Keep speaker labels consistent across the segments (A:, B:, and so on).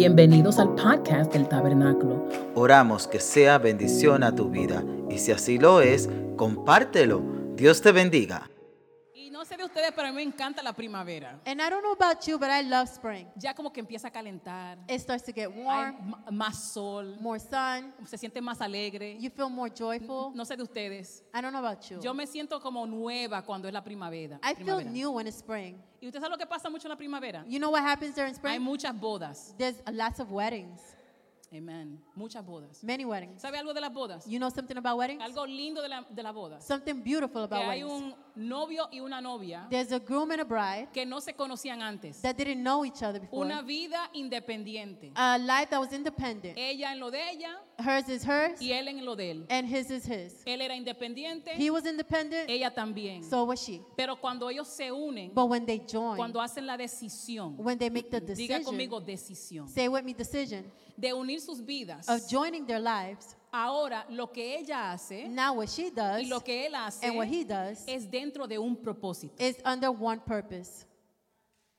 A: Bienvenidos al podcast del Tabernáculo.
B: Oramos que sea bendición a tu vida y si así lo es, compártelo. Dios te bendiga.
C: Y no sé de ustedes, pero a mí me encanta la primavera.
D: And I don't know about you, but I love spring.
C: Ya como que empieza a calentar.
D: It starts to get
C: Hay
D: warm,
C: ma- más sol.
D: more sun,
C: Se siente más alegre.
D: you feel more joyful.
C: No sé de ustedes.
D: I don't know about you.
C: Yo me siento como nueva cuando es la primavera.
D: I feel
C: primavera.
D: new when it's spring.
C: ¿Y usted sabe lo que pasa mucho en la primavera?
D: You know what happens there in
C: Hay
D: spring?
C: muchas bodas.
D: There's lots of weddings,
C: Amén. Muchas bodas.
D: many weddings.
C: ¿Sabe algo de las bodas?
D: You know something about weddings?
C: Algo lindo de la, de las bodas.
D: Something beautiful
C: Que
D: about
C: hay
D: weddings.
C: un novio y una novia
D: There's a groom and a bride
C: que no se conocían antes.
D: that didn't know each other before.
C: Una vida independiente.
D: A life that was independent.
C: Ella en lo de ella
D: Hers is hers,
C: Eh. y él en lo de él.
D: and his is his.
C: Él era independiente,
D: He was independent,
C: ella también.
D: so was she.
C: Pero cuando ellos se unen,
D: But when they join,
C: cuando hacen la decisión,
D: when they make the
C: diga
D: decision,
C: conmigo decisión,
D: say with me, decision
C: de unir sus vidas,
D: of joining their lives.
C: ahora lo que ella hace
D: Now what she does
C: Eh? y lo que él hace
D: and what he does
C: es dentro de un propósito.
D: is under one purpose,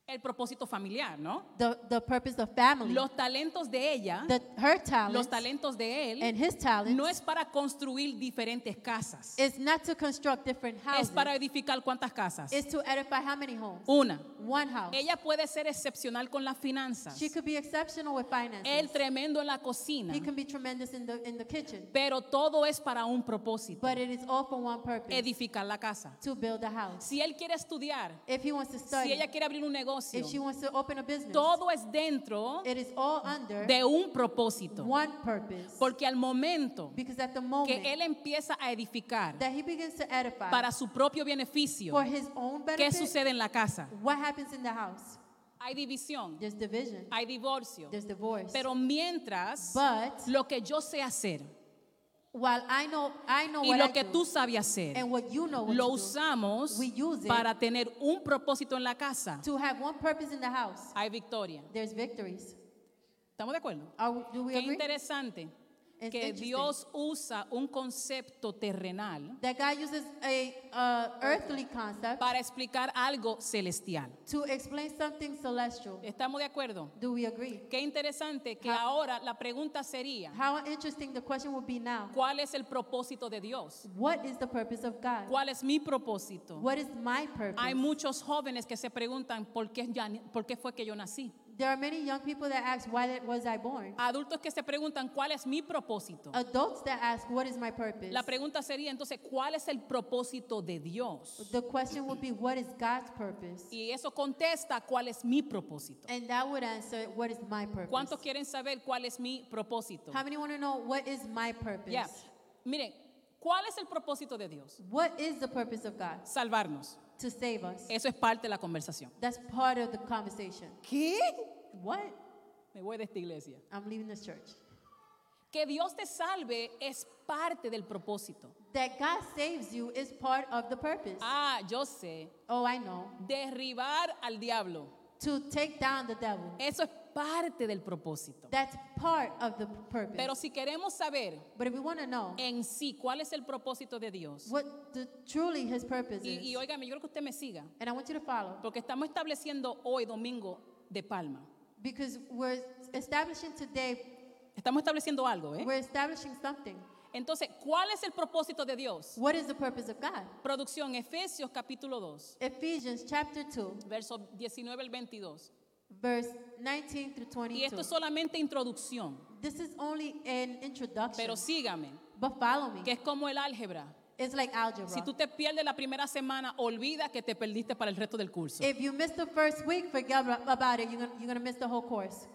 C: El propósito familiar, ¿no?
D: the the purpose of family.
C: Los talentos de ella,
D: the, her
C: los
D: talent
C: talentos de él,
D: and his talent
C: no es para construir diferentes casas,
D: is not to construct different
C: es
D: houses.
C: para edificar cuántas casas.
D: It's to edify how many homes?
C: Una.
D: One house.
C: Ella puede ser excepcional con las finanzas.
D: she could be exceptional with finances.
C: Él tremendo en la cocina.
D: he can be tremendous in the in the kitchen,
C: Pero todo es para un propósito.
D: but it is all for one purpose:
C: Edificar la casa.
D: to build a house.
C: Si él quiere estudiar,
D: If he wants to
C: si
D: study,
C: ella quiere abrir un negocio,
D: if she wants to open a business,
C: todo es dentro
D: it is all under
C: de un propósito.
D: one purpose.
C: Porque al momento
D: because at the moment
C: que él empieza a edificar
D: that he begins to edify
C: para su propio beneficio,
D: for his own
C: ¿qué
D: benefit,
C: sucede en la casa?
D: what happens in the house?
C: Hay división,
D: There's division,
C: hay divorcio.
D: there's divorce.
C: Pero mientras
D: but
C: lo que yo sé hacer
D: while I know, I know
C: y
D: what
C: lo
D: I
C: que
D: do,
C: tú sabes hacer,
D: and what you know what
C: lo
D: to
C: usamos
D: We use it
C: para tener un propósito en la casa.
D: do, to have one purpose in the house,
C: Hay victoria.
D: there's victories.
C: ¿Estamos de acuerdo?
D: Are, we- do we
C: Qué
D: agree?
C: interesante
D: It's
C: que
D: interesting.
C: Dios usa un concepto terrenal
D: That God uses a uh, earthly concept
C: para explicar algo celestial.
D: to explain something celestial.
C: ¿Estamos de acuerdo?
D: Do we agree?
C: Qué interesante que
D: How-
C: ahora la pregunta sería,
D: How interesting the question would be now.
C: ¿cuál es el propósito de Dios?
D: What is the purpose of God?
C: ¿Cuál es mi propósito?
D: What is my purpose?
C: Hay muchos jóvenes que se preguntan, ¿por qué, ya- por qué fue que yo nací?
D: There are many young people that ask, why that was I born?
C: Adultos que se preguntan, ¿cuál es mi propósito?
D: Adults that ask, what is my purpose?
C: La pregunta sería entonces, ¿cuál es el propósito de Dios?
D: The question would be, what is God's purpose?
C: Y eso contesta, ¿cuál es mi propósito?
D: And that would answer, what is my purpose?
C: ¿Cuántos quieren saber cuál es mi propósito?
D: How many want to know, what is my purpose?
C: Ya. Miren, ¿cuál es el propósito de Dios?
D: What is the purpose of God?
C: Salvarnos.
D: To save us.
C: Eso es parte de la conversación.
D: That's part of the conversation.
C: ¿Qué?
D: What?
C: Me voy de esta iglesia.
D: I'm leaving this church.
C: Que Dios te salve es parte del propósito.
D: That God saves you is part of the purpose.
C: Ah, yo sé.
D: Oh, I know.
C: Derribar al diablo.
D: To take down the devil.
C: Eso es parte del propósito.
D: That's part of the purpose.
C: Pero Eh. si queremos saber
D: but if we want to know
C: en sí cuál es el propósito de Dios,
D: what the, truly his purpose
C: Y,
D: is,
C: y óigame, yo creo que usted me siga,
D: and I want you to follow,
C: porque estamos estableciendo hoy domingo de palma.
D: because we're establishing today,
C: Estamos estableciendo algo, ¿eh?
D: we're establishing something.
C: Entonces, ¿cuál es el propósito de Dios?
D: What is the purpose of God?
C: Producción, Efesios capítulo 2,
D: Ephesians chapter 2,
C: versos 19 al 22.
D: verse 19 through
C: Y
D: 22.
C: esto es solamente introducción,
D: This is only an introduction,
C: pero sígame,
D: but follow me.
C: que es como el álgebra.
D: It's like algebra.
C: Si tú te pierdes la primera semana, olvida que te perdiste para el resto del curso.
D: if you miss the first week, forget ab- about it. You're going you're to miss the whole course.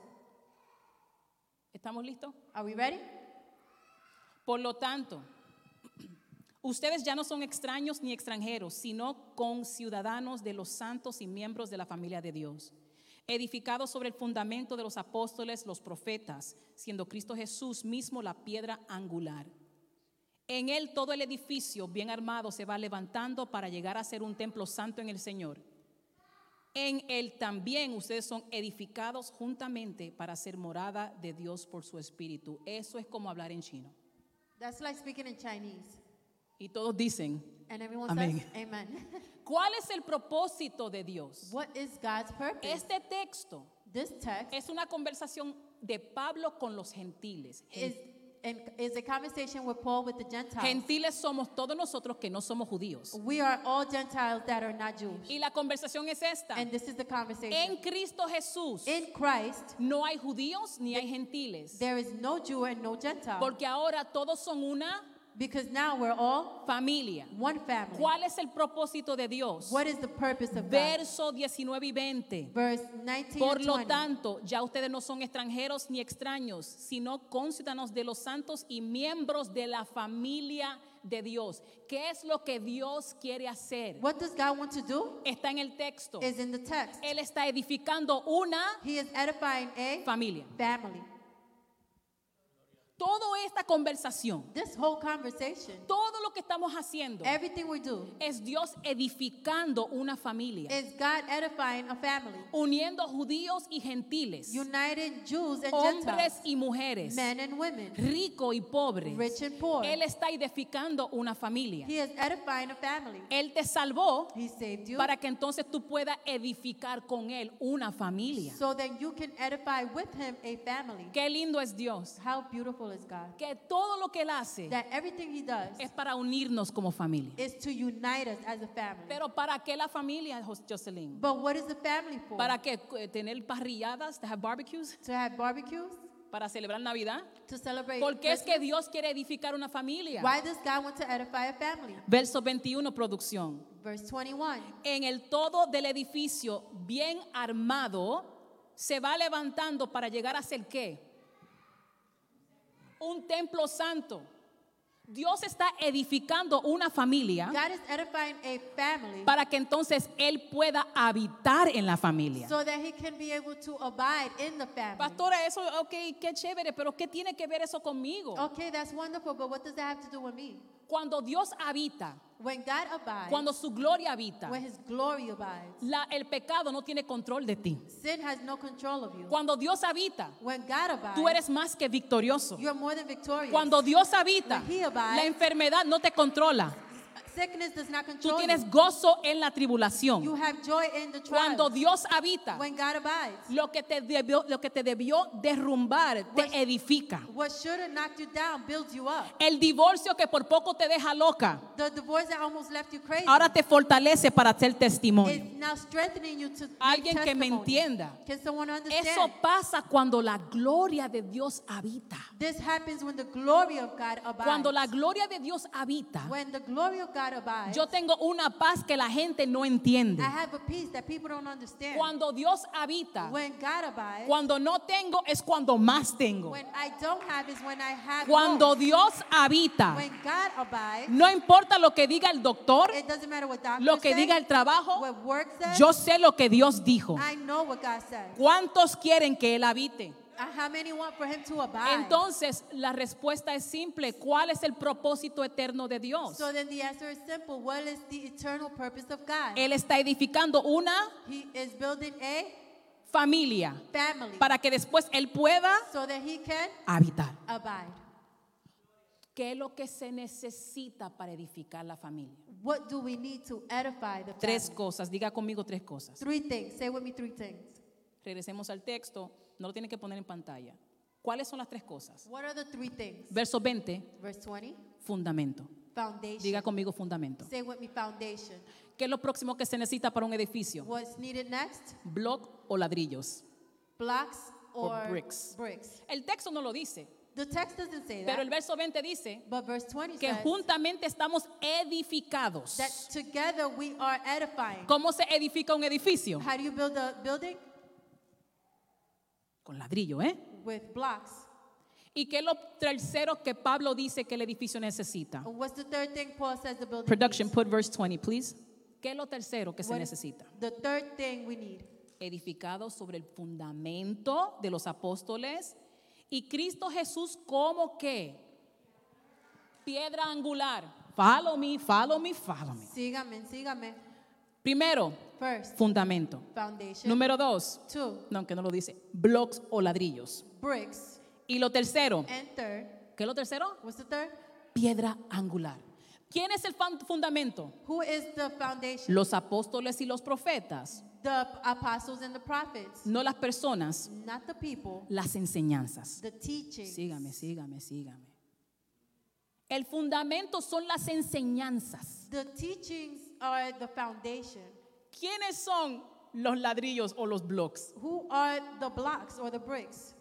C: ¿Estamos listos?
D: Are we ready?
C: Por lo tanto, ustedes ya no son extraños ni extranjeros, sino conciudadanos de los santos y miembros de la familia de Dios, edificados sobre el fundamento de los apóstoles, los profetas, siendo Cristo Jesús mismo la piedra angular. En él todo el edificio bien armado se va levantando para llegar a ser un templo santo en el Señor. En él también ustedes son edificados juntamente para ser morada de Dios por su espíritu. Eso es como hablar en chino.
D: That's like speaking in Chinese.
C: Y todos dicen,
D: And everyone
C: Amén.
D: says, Amen.
C: ¿cuál es el propósito de Dios?
D: what is God's purpose?
C: Este texto
D: This text
C: Es una conversación de Pablo con los gentiles.
D: is, and is a conversation with Paul with the Gentiles.
C: Gentiles somos todos nosotros que no somos judíos.
D: We are all Gentiles that are not Jewish.
C: Y la conversación es esta.
D: And this is the
C: En
D: conversation.
C: Cristo Jesús
D: In Christ,
C: no hay judíos ni hay gentiles.
D: there is no Jew and no Gentile.
C: Porque ahora todos son una
D: because now we're all
C: familia.
D: one family.
C: ¿Cuál es el propósito de Dios?
D: What is the purpose of that?
C: Verso 19 y 20.
D: Verse 19
C: Por
D: and
C: lo
D: 20.
C: tanto, ya ustedes no son extranjeros ni extraños, sino conciudadanos de los santos y miembros de la familia de Dios. ¿Qué es lo que Dios quiere hacer?
D: what does God want to do?
C: Está en el texto.
D: Is in the text.
C: Él está edificando una
D: He is edifying a
C: familia.
D: family.
C: Toda esta conversación,
D: This whole conversation,
C: todo lo que estamos haciendo,
D: everything we do,
C: es Dios edificando una familia,
D: is God edifying a family,
C: uniendo judíos y gentiles,
D: uniting Jews and
C: hombres
D: Gentiles,
C: y mujeres,
D: men and women,
C: rico y pobre.
D: rich and poor.
C: Él está edificando una familia.
D: He is edifying a family.
C: Él te salvó
D: He saved you
C: para que entonces tú puedas edificar con Él una familia.
D: so that you can edify with him a family.
C: Qué lindo es Dios.
D: How beautiful is God?
C: Que todo lo que Él hace
D: That everything he does
C: es para unirnos como familia.
D: is to unite us as a family.
C: Pero ¿para qué la familia, Jos- Jocelyn?
D: But what is the family for?
C: ¿Para qué? Eh, ¿Tener parrilladas? ¿Tener barbecues?
D: to have barbecues?
C: ¿Para celebrar Navidad?
D: To celebrate?
C: Porque es que
D: Christmas?
C: Dios quiere edificar una familia.
D: Why does God want to edify a family?
C: Verso 21, producción.
D: Verse 21.
C: En el todo del edificio bien armado se va levantando para llegar a ser qué? Un templo santo. Dios está edificando una familia
D: God is edifying a family
C: para que entonces Él pueda habitar en la familia.
D: so that he can be able to abide in the family.
C: Pastora, eso, ok, qué chévere, pero ¿qué tiene que ver eso conmigo?
D: Okay, that's wonderful, but what does that have to do with me?
C: Cuando Dios habita,
D: When God abides,
C: cuando su gloria habita,
D: when his glory abides,
C: la- el pecado no tiene control de ti.
D: sin has no control of you.
C: Cuando Dios habita,
D: When God abides,
C: tú eres más que victorioso.
D: you're more than victorious.
C: Cuando Dios habita,
D: When he abides,
C: la enfermedad no te controla.
D: Sickness does not
C: Tú
D: control
C: tienes
D: you.
C: gozo en la
D: You
C: tribulación.
D: have joy in the trials.
C: Cuando Dios habita,
D: when God abides,
C: lo que te debió, lo que te debió derrumbar
D: When-
C: te edifica.
D: what should have knocked you down builds you up.
C: El divorcio que por poco te deja loca,
D: The divorce that almost left you crazy
C: ahora te fortalece para hacer
D: is
C: testimonio.
D: now strengthening you to make
C: Alguien que me
D: testimony.
C: entienda.
D: Can someone understand?
C: Eso pasa cuando la gloria de Dios habita.
D: This happens when the glory of God abides.
C: Cuando la gloria de Dios habita,
D: when the glory of God abides,
C: yo tengo una paz que la gente no entiende.
D: I have a peace that people don't understand.
C: Cuando Dios habita,
D: when God abides,
C: cuando no tengo es cuando más tengo.
D: when I don't have is when I have
C: Cuando
D: most.
C: Dios habita,
D: When God abides,
C: no importa lo que diga el doctor,
D: it doesn't matter what doctors
C: lo que
D: say,
C: diga el trabajo,
D: what work says,
C: yo sé lo que Dios dijo.
D: I know what God says.
C: ¿Cuántos quieren que Él habite?
D: And how many want for him to abide?
C: Entonces, la respuesta es simple. ¿Cuál es el propósito eterno de Dios?
D: so then the answer is simple. What is the eternal purpose of God?
C: Él está edificando una
D: he is building a
C: familia
D: family
C: para que después Él pueda
D: so that he can
C: habitar.
D: abide.
C: ¿Qué es lo que se necesita para edificar la familia?
D: What do we need to edify the
C: Tres
D: family?
C: cosas, diga conmigo tres cosas.
D: Three things. Say with me three things.
C: Regresemos al texto, no lo tienen que poner en pantalla. ¿Cuáles son las tres cosas?
D: What are the three things?
C: Verso 20,
D: Verse 20.
C: fundamento.
D: Foundation.
C: Diga conmigo fundamento.
D: Say with me foundation.
C: ¿Qué es lo próximo que se necesita para un edificio?
D: What's needed next?
C: Block o ladrillos.
D: Blocks
C: Or
D: or,
C: bricks. El texto no lo dice,
D: The text doesn't say that.
C: pero el verso 20 dice
D: but verse 20
C: que
D: says
C: juntamente estamos edificados.
D: that together we are edifying.
C: ¿Cómo se edifica un edificio?
D: How do you build a building?
C: Con ladrillo, ¿eh?
D: With blocks.
C: ¿Y qué es lo tercero que Pablo dice que el edificio necesita?
D: And What's the third thing Paul says the building
C: Ah. Production,
D: needs?
C: put verse 20, please. ¿Qué es lo tercero que se
D: What is
C: necesita?
D: The third thing we need.
C: edificado sobre el fundamento de los apóstoles y Cristo Jesús como que piedra angular. Follow me, follow me, follow me.
D: Sígame, sígame.
C: Primero,
D: First,
C: fundamento.
D: foundation.
C: Número dos,
D: Two,
C: no, que no lo dice, blocks o ladrillos.
D: bricks.
C: Y lo tercero,
D: And third,
C: ¿qué es lo tercero?
D: what's the third?
C: Piedra angular. ¿Quién es el fan- fundamento?
D: Who is the foundation?
C: Los apóstoles y los profetas.
D: the apostles and the prophets,
C: no las personas,
D: not the people,
C: las enseñanzas.
D: the teaching.
C: Sígame, sígame, sígame. El fundamento son las enseñanzas.
D: The teachings are the foundation.
C: ¿Quiénes son los ladrillos o los blocks?
D: Who are the blocks or the bricks?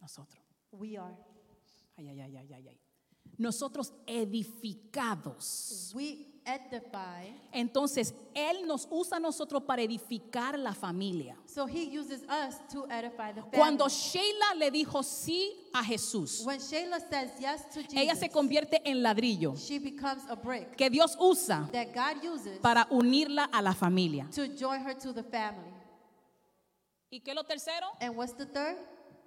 C: Nosotros.
D: We are.
C: Ay, ay, ay, ay, ay, ay. Nosotros edificados.
D: We edify.
C: Entonces, Él nos usa a nosotros para edificar la familia.
D: So he uses us to edify the family.
C: Cuando Sheila le dijo sí a Jesús,
D: when Shayla says yes to Jesus,
C: ella se convierte en ladrillo
D: she becomes a brick
C: que Dios usa
D: that God uses
C: para unirla a la familia.
D: to join her to the family.
C: ¿Y qué es lo tercero?
D: And what's the third?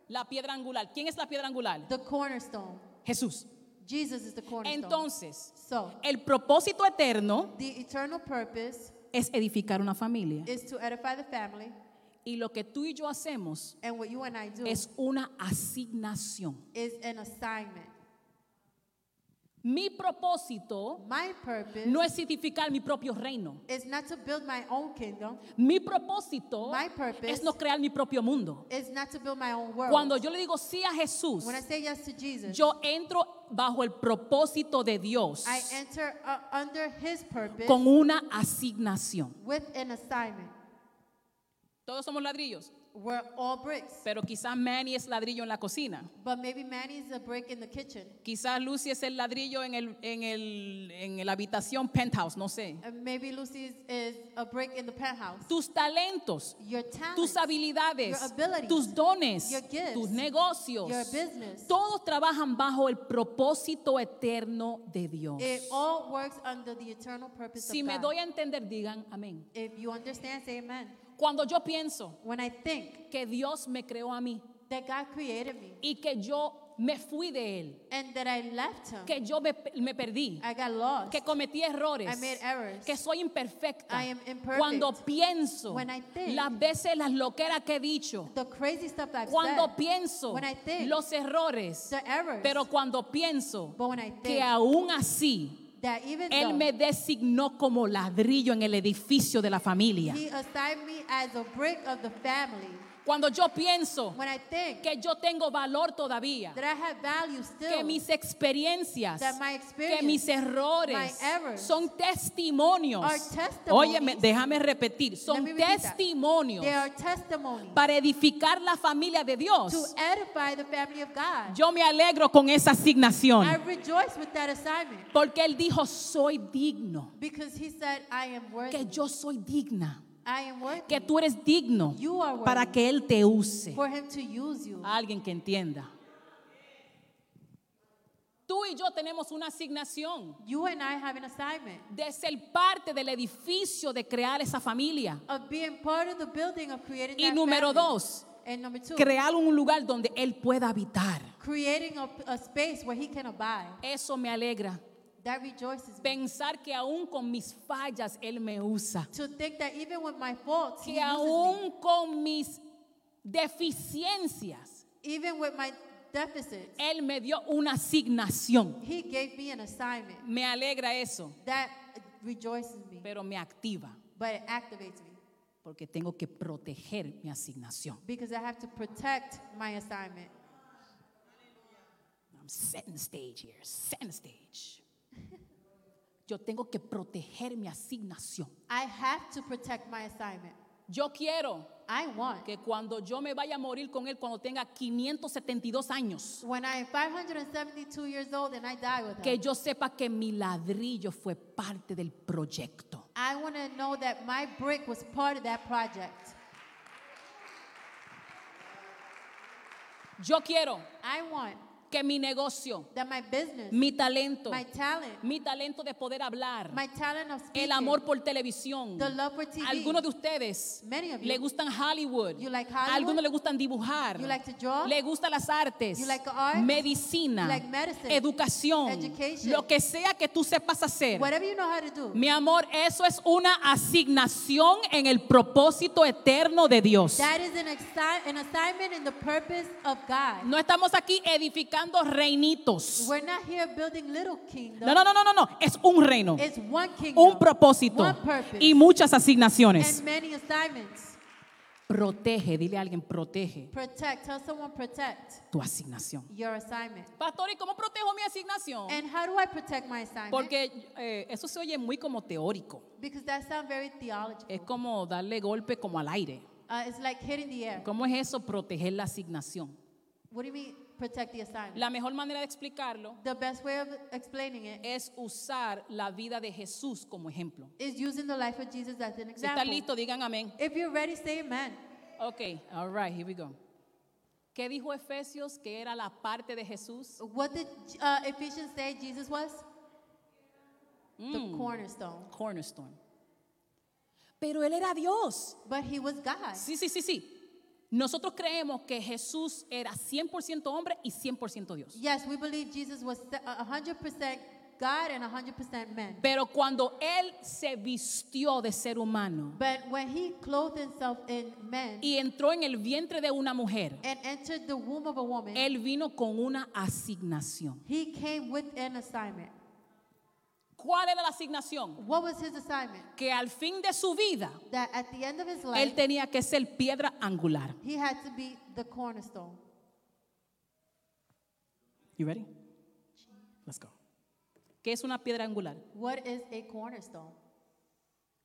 C: La piedra angular. ¿Quién es la piedra angular?
D: The cornerstone.
C: Jesús.
D: Jesus is the cornerstone.
C: Entonces,
D: so,
C: el propósito eterno
D: the eternal purpose
C: es edificar una familia.
D: is to edify the family,
C: Y lo que tú y yo hacemos
D: and what you and I do
C: es una asignación.
D: is an assignment.
C: Mi propósito
D: My purpose
C: no es edificar mi propio reino.
D: is not to build my own kingdom,
C: Mi propósito
D: My purpose
C: es no crear mi propio mundo.
D: is not to build my own world.
C: Cuando yo le digo sí a Jesús,
D: when I say yes to Jesus,
C: yo entro bajo el propósito de Dios
D: I enter uh, under his purpose
C: con una asignación.
D: with an assignment.
C: Todos somos ladrillos,
D: We're all bricks.
C: pero quizás Manny es ladrillo en la cocina.
D: But maybe Manny's a brick in the kitchen.
C: Quizás Lucy es el ladrillo en, el, en, el, en la habitación penthouse, no sé.
D: And maybe Lucy's is a brick in the penthouse.
C: Tus talentos,
D: Your talent,
C: tus habilidades,
D: your abilities,
C: tus dones,
D: your gifts,
C: tus negocios,
D: your business.
C: todos trabajan bajo el propósito eterno de Dios.
D: It all works under the eternal purpose
C: Si
D: of
C: me
D: God.
C: doy a entender, digan amén.
D: if you understand, say amen.
C: Cuando yo pienso
D: When I think
C: que Dios me creó a mí
D: that God created me
C: y que yo me fui de Él,
D: and that I left him,
C: que yo me, me perdí,
D: I got lost.
C: que cometí errores,
D: I made errors.
C: que soy imperfecta.
D: I am imperfect.
C: Cuando pienso
D: When I think-
C: las veces las loqueras que he dicho,
D: the crazy stuff I've
C: cuando
D: said,
C: pienso
D: when I think,
C: los errores,
D: the errors.
C: pero cuando pienso
D: But when I
C: que
D: think-
C: aún así
D: that even
C: Él
D: though
C: me designó como ladrillo en el edificio de la familia.
D: he assigned me as a brick of the family,
C: Cuando yo pienso
D: when I think
C: que yo tengo valor todavía,
D: that I have value still,
C: que mis experiencias,
D: That my
C: que
D: experience,
C: mis errores
D: my errors
C: son testimonios.
D: are testimonies.
C: Oye, déjame repetir,
D: Let
C: son
D: me repeat that.
C: testimonios
D: They are testimonies
C: para edificar la familia de
D: to
C: Dios.
D: edify the family of God.
C: Yo me alegro con esa
D: I
C: asignación,
D: rejoice with that assignment
C: porque él dijo, soy digno,
D: because he said, I am worthy.
C: que yo soy digna,
D: I am worthy
C: que tú eres digno
D: You are worthy.
C: para Ah. que él te use.
D: for him to use you.
C: Alguien que entienda. Tú y yo tenemos una asignación.
D: You and I have an assignment
C: de ser parte del edificio de crear esa familia.
D: of being part of the building of creating
C: Y
D: that
C: número
D: family.
C: dos,
D: and number two,
C: crear un lugar donde él pueda habitar.
D: creating a, a space where he can abide.
C: Eso me alegra.
D: That rejoices me.
C: Pensar que aún con mis fallas él me usa.
D: To think that even with my faults, he
C: Que
D: uses me.
C: aún con mis deficiencias
D: Even with my deficits,
C: él me dio una asignación.
D: he gave me an assignment.
C: Me alegra eso,
D: That rejoices me,
C: pero me activa
D: but it activates me.
C: porque tengo que proteger mi asignación.
D: because I have to protect my assignment.
C: I'm setting stage here, setting stage. Yo tengo que proteger mi asignación.
D: I have to protect my assignment.
C: Yo quiero
D: I want
C: que cuando yo me vaya a morir con él, cuando tenga 572 años,
D: when I am 572 years old and I die with
C: que
D: him.
C: yo sepa que mi ladrillo fue parte del proyecto.
D: I want to know that my brick was part of that project.
C: Yo quiero
D: I want
C: que mi negocio,
D: that my business,
C: mi talento,
D: my talent,
C: mi talento de poder hablar,
D: my talent of speaking,
C: el amor por televisión.
D: The love for TV.
C: Algunos de ustedes
D: Many of you.
C: le gustan Hollywood.
D: You like Hollywood.
C: Algunos le gustan dibujar.
D: You like to draw.
C: Le gustan las artes.
D: You like the arts.
C: Medicina.
D: You like medicine.
C: Educación.
D: Education.
C: Lo que sea que tú sepas hacer.
D: whatever you know how to do.
C: Mi amor, eso es una asignación en el propósito eterno de Dios.
D: That is an, assi- an assignment in the purpose of God.
C: No estamos aquí edificando edificando reinitos.
D: We're not here building little kingdoms.
C: No, no, no, no, no, no. Es un reino,
D: It's one kingdom.
C: un propósito
D: One purpose.
C: y muchas asignaciones.
D: and many assignments.
C: Protege, dile a alguien, protege
D: Protect. Tell someone protect
C: tu asignación.
D: your assignment.
C: Pastor, ¿y cómo protejo mi asignación?
D: And how do I protect my assignment?
C: Oh. Porque eh, eso se oye muy como teórico.
D: because that sounds very
C: Es
D: theological.
C: como darle golpe como al aire.
D: Uh, it's like hitting the air.
C: ¿Cómo es eso? Proteger la asignación.
D: What do you mean protect the assignment?
C: La mejor manera de explicarlo
D: the best way of explaining it
C: es usar la vida de Jesús como ejemplo.
D: is using the life of Jesus as an
C: Si están
D: example.
C: listos, digan amén.
D: If you're ready, say amen.
C: Ok, all right, here we go. ¿Qué dijo Efesios que era la parte de Jesús?
D: What did uh, Ephesians say Jesus was? The cornerstone.
C: Mm, Cornerstone. Pero él era Dios.
D: But he was God.
C: Sí, sí, sí, sí. Nosotros creemos que Jesús era 100% hombre y 100% Dios.
D: Yes, we believe Jesus was se- a- 100% God and 100% man.
C: Pero cuando él se vistió de ser humano
D: But when he clothed himself in man
C: y entró en el vientre de una mujer,
D: and entered the womb of a woman,
C: él vino con una asignación.
D: he came with an assignment.
C: ¿Cuál era la asignación?
D: What was his assignment?
C: Que al fin de su vida,
D: That at the end of his life,
C: él tenía que ser piedra angular.
D: he had to be the cornerstone.
C: You ready? Let's go. ¿Qué es una piedra angular?
D: What is a cornerstone?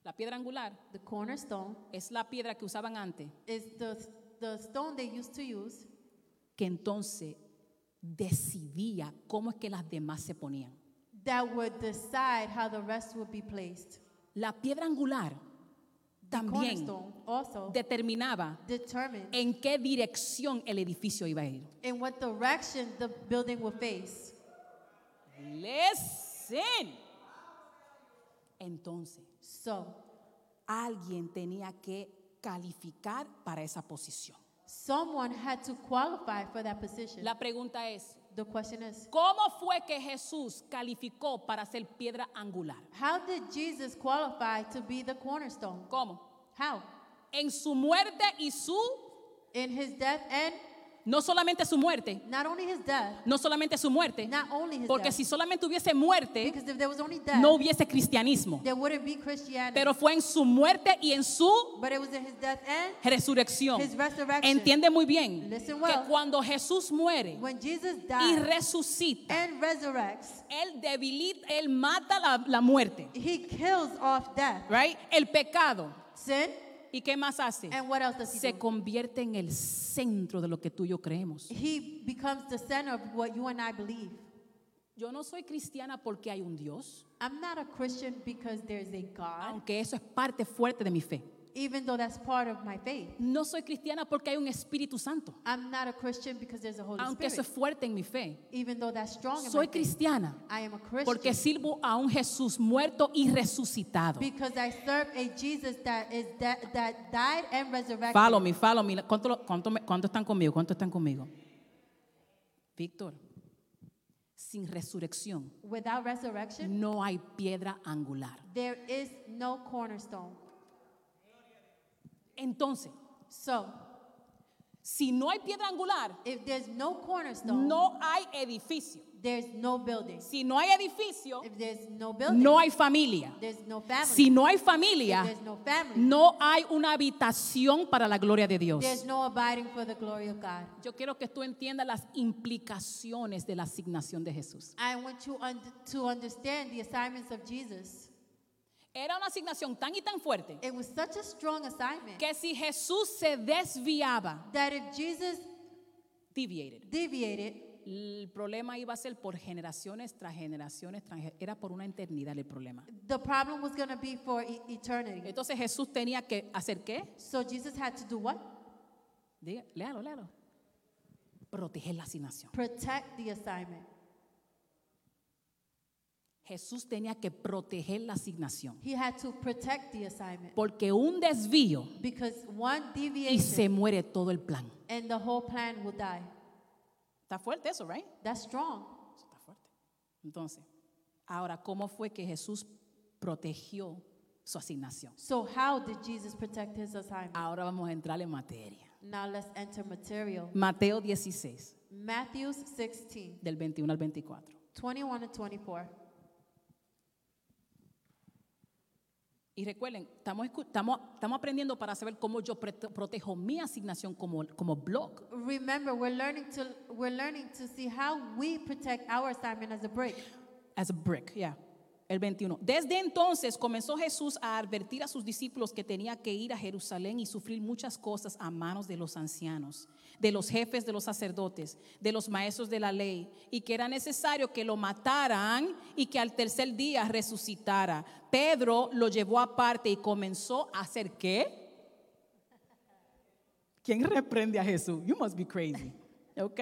C: La piedra angular
D: The cornerstone
C: es la piedra que usaban antes,
D: is the, the stone they used to use
C: que entonces decidía cómo es que las demás se ponían.
D: that would decide how the rest would be placed.
C: La piedra angular también
D: Cornerstone also
C: determinaba
D: determined
C: en qué dirección el edificio iba a ir.
D: in what direction the building will face.
C: Listen. Entonces,
D: So,
C: alguien tenía que calificar para esa posición.
D: someone had to qualify for that position.
C: La pregunta es,
D: the question is,
C: ¿Cómo fue que Jesús calificó para ser piedra angular?
D: how did Jesus qualify to be the cornerstone?
C: ¿Cómo?
D: How?
C: En su muerte y su,
D: In his death and
C: no solamente su muerte,
D: not only his death,
C: no solamente su muerte,
D: not only his
C: porque
D: death.
C: si solamente hubiese muerte,
D: because if there was only death,
C: no hubiese cristianismo,
D: there wouldn't be Christianity.
C: pero fue en su muerte y en su
D: but it was in his death and
C: resurrección.
D: His resurrection.
C: Entiende muy bien
D: Listen
C: que
D: well.
C: cuando Jesús muere
D: when Jesus
C: y
D: died
C: resucita,
D: and resurrects,
C: él debilita, él mata la, la muerte,
D: he kills off death,
C: right? El pecado.
D: sin,
C: ¿Y qué más hace?
D: and what else does he
C: se
D: do?
C: convierte en el centro de lo que tú y yo creemos.
D: He becomes the center of what you and I believe.
C: Yo no soy cristiana porque hay un Dios,
D: I'm not a Christian because there's a God,
C: aunque eso es parte fuerte de mi fe.
D: even though that's part of my faith.
C: No soy cristiana porque hay un Espíritu Santo,
D: I'm not a Christian because there's a Holy
C: aunque eso
D: Spirit,
C: es fuerte en mi fe.
D: even though that's strong in my
C: Soy
D: faith.
C: cristiana
D: I am a Christian
C: porque sirvo a un Jesús muerto y resucitado.
D: because I serve a Jesus that is that, that died and resurrected.
C: Follow me, follow me. ¿Cuánto, lo- cuánto me- cuánto están conmigo? ¿Cuánto están conmigo? Víctor, sin resurrección
D: Without resurrection,
C: no hay piedra angular.
D: there is no cornerstone.
C: Entonces,
D: So,
C: si no hay piedra angular,
D: if there's no cornerstone,
C: No hay edificio.
D: there's no building.
C: Si no hay edificio,
D: If there's no building,
C: no hay familia.
D: there's no family.
C: Si no hay
D: if
C: familia,
D: there's no family,
C: no hay una habitación para la gloria de Dios.
D: there's no abiding for the glory of God.
C: Yo quiero que tú entiendas las implicaciones de la asignación de Jesús.
D: I want you un- to understand the assignments of Jesus.
C: Era una asignación tan y tan fuerte
D: It was such a strong assignment
C: que si Jesús se desviaba,
D: that if Jesus
C: deviated,
D: deviated,
C: el problema iba a ser por generaciones tras generaciones, tras, era por una eternidad el problema.
D: the problem was going to be for e- eternity.
C: Entonces Jesús tenía que hacer qué?
D: So Jesus had to do what?
C: Diga, léalo, léalo. Proteger la asignación.
D: Protect the assignment.
C: Jesús tenía que proteger la asignación.
D: He had to protect the assignment
C: Porque un desvío
D: because one
C: y se
D: deviation
C: muere todo el plan.
D: and the whole plan will die.
C: Está fuerte eso, ¿right?
D: That's strong.
C: Eso Está fuerte. Entonces, ahora, ¿cómo fue que Jesús protegió su asignación?
D: So how did Jesus protect his assignment?
C: Ahora vamos a entrar en materia.
D: Now let's enter material.
C: Mateo 16,
D: Matthew 16,
C: del 21 al 24.
D: 21 and 24.
C: Y recuerden, estamos, escu- estamos, estamos aprendiendo para saber cómo yo prote- protejo mi asignación como, como blog.
D: Remember, we're learning to we're learning to see how we protect our assignment as a brick.
C: As a brick, yeah. El 21. Desde entonces comenzó Jesús a advertir a sus discípulos que tenía que ir a Jerusalén y sufrir muchas cosas a manos de los ancianos, de los jefes de los sacerdotes, de los maestros de la ley, y que era necesario que lo mataran y que al tercer día resucitara. Pedro lo llevó aparte y comenzó a hacer qué? ¿Quién reprende a Jesús? You must be crazy. ¿Ok?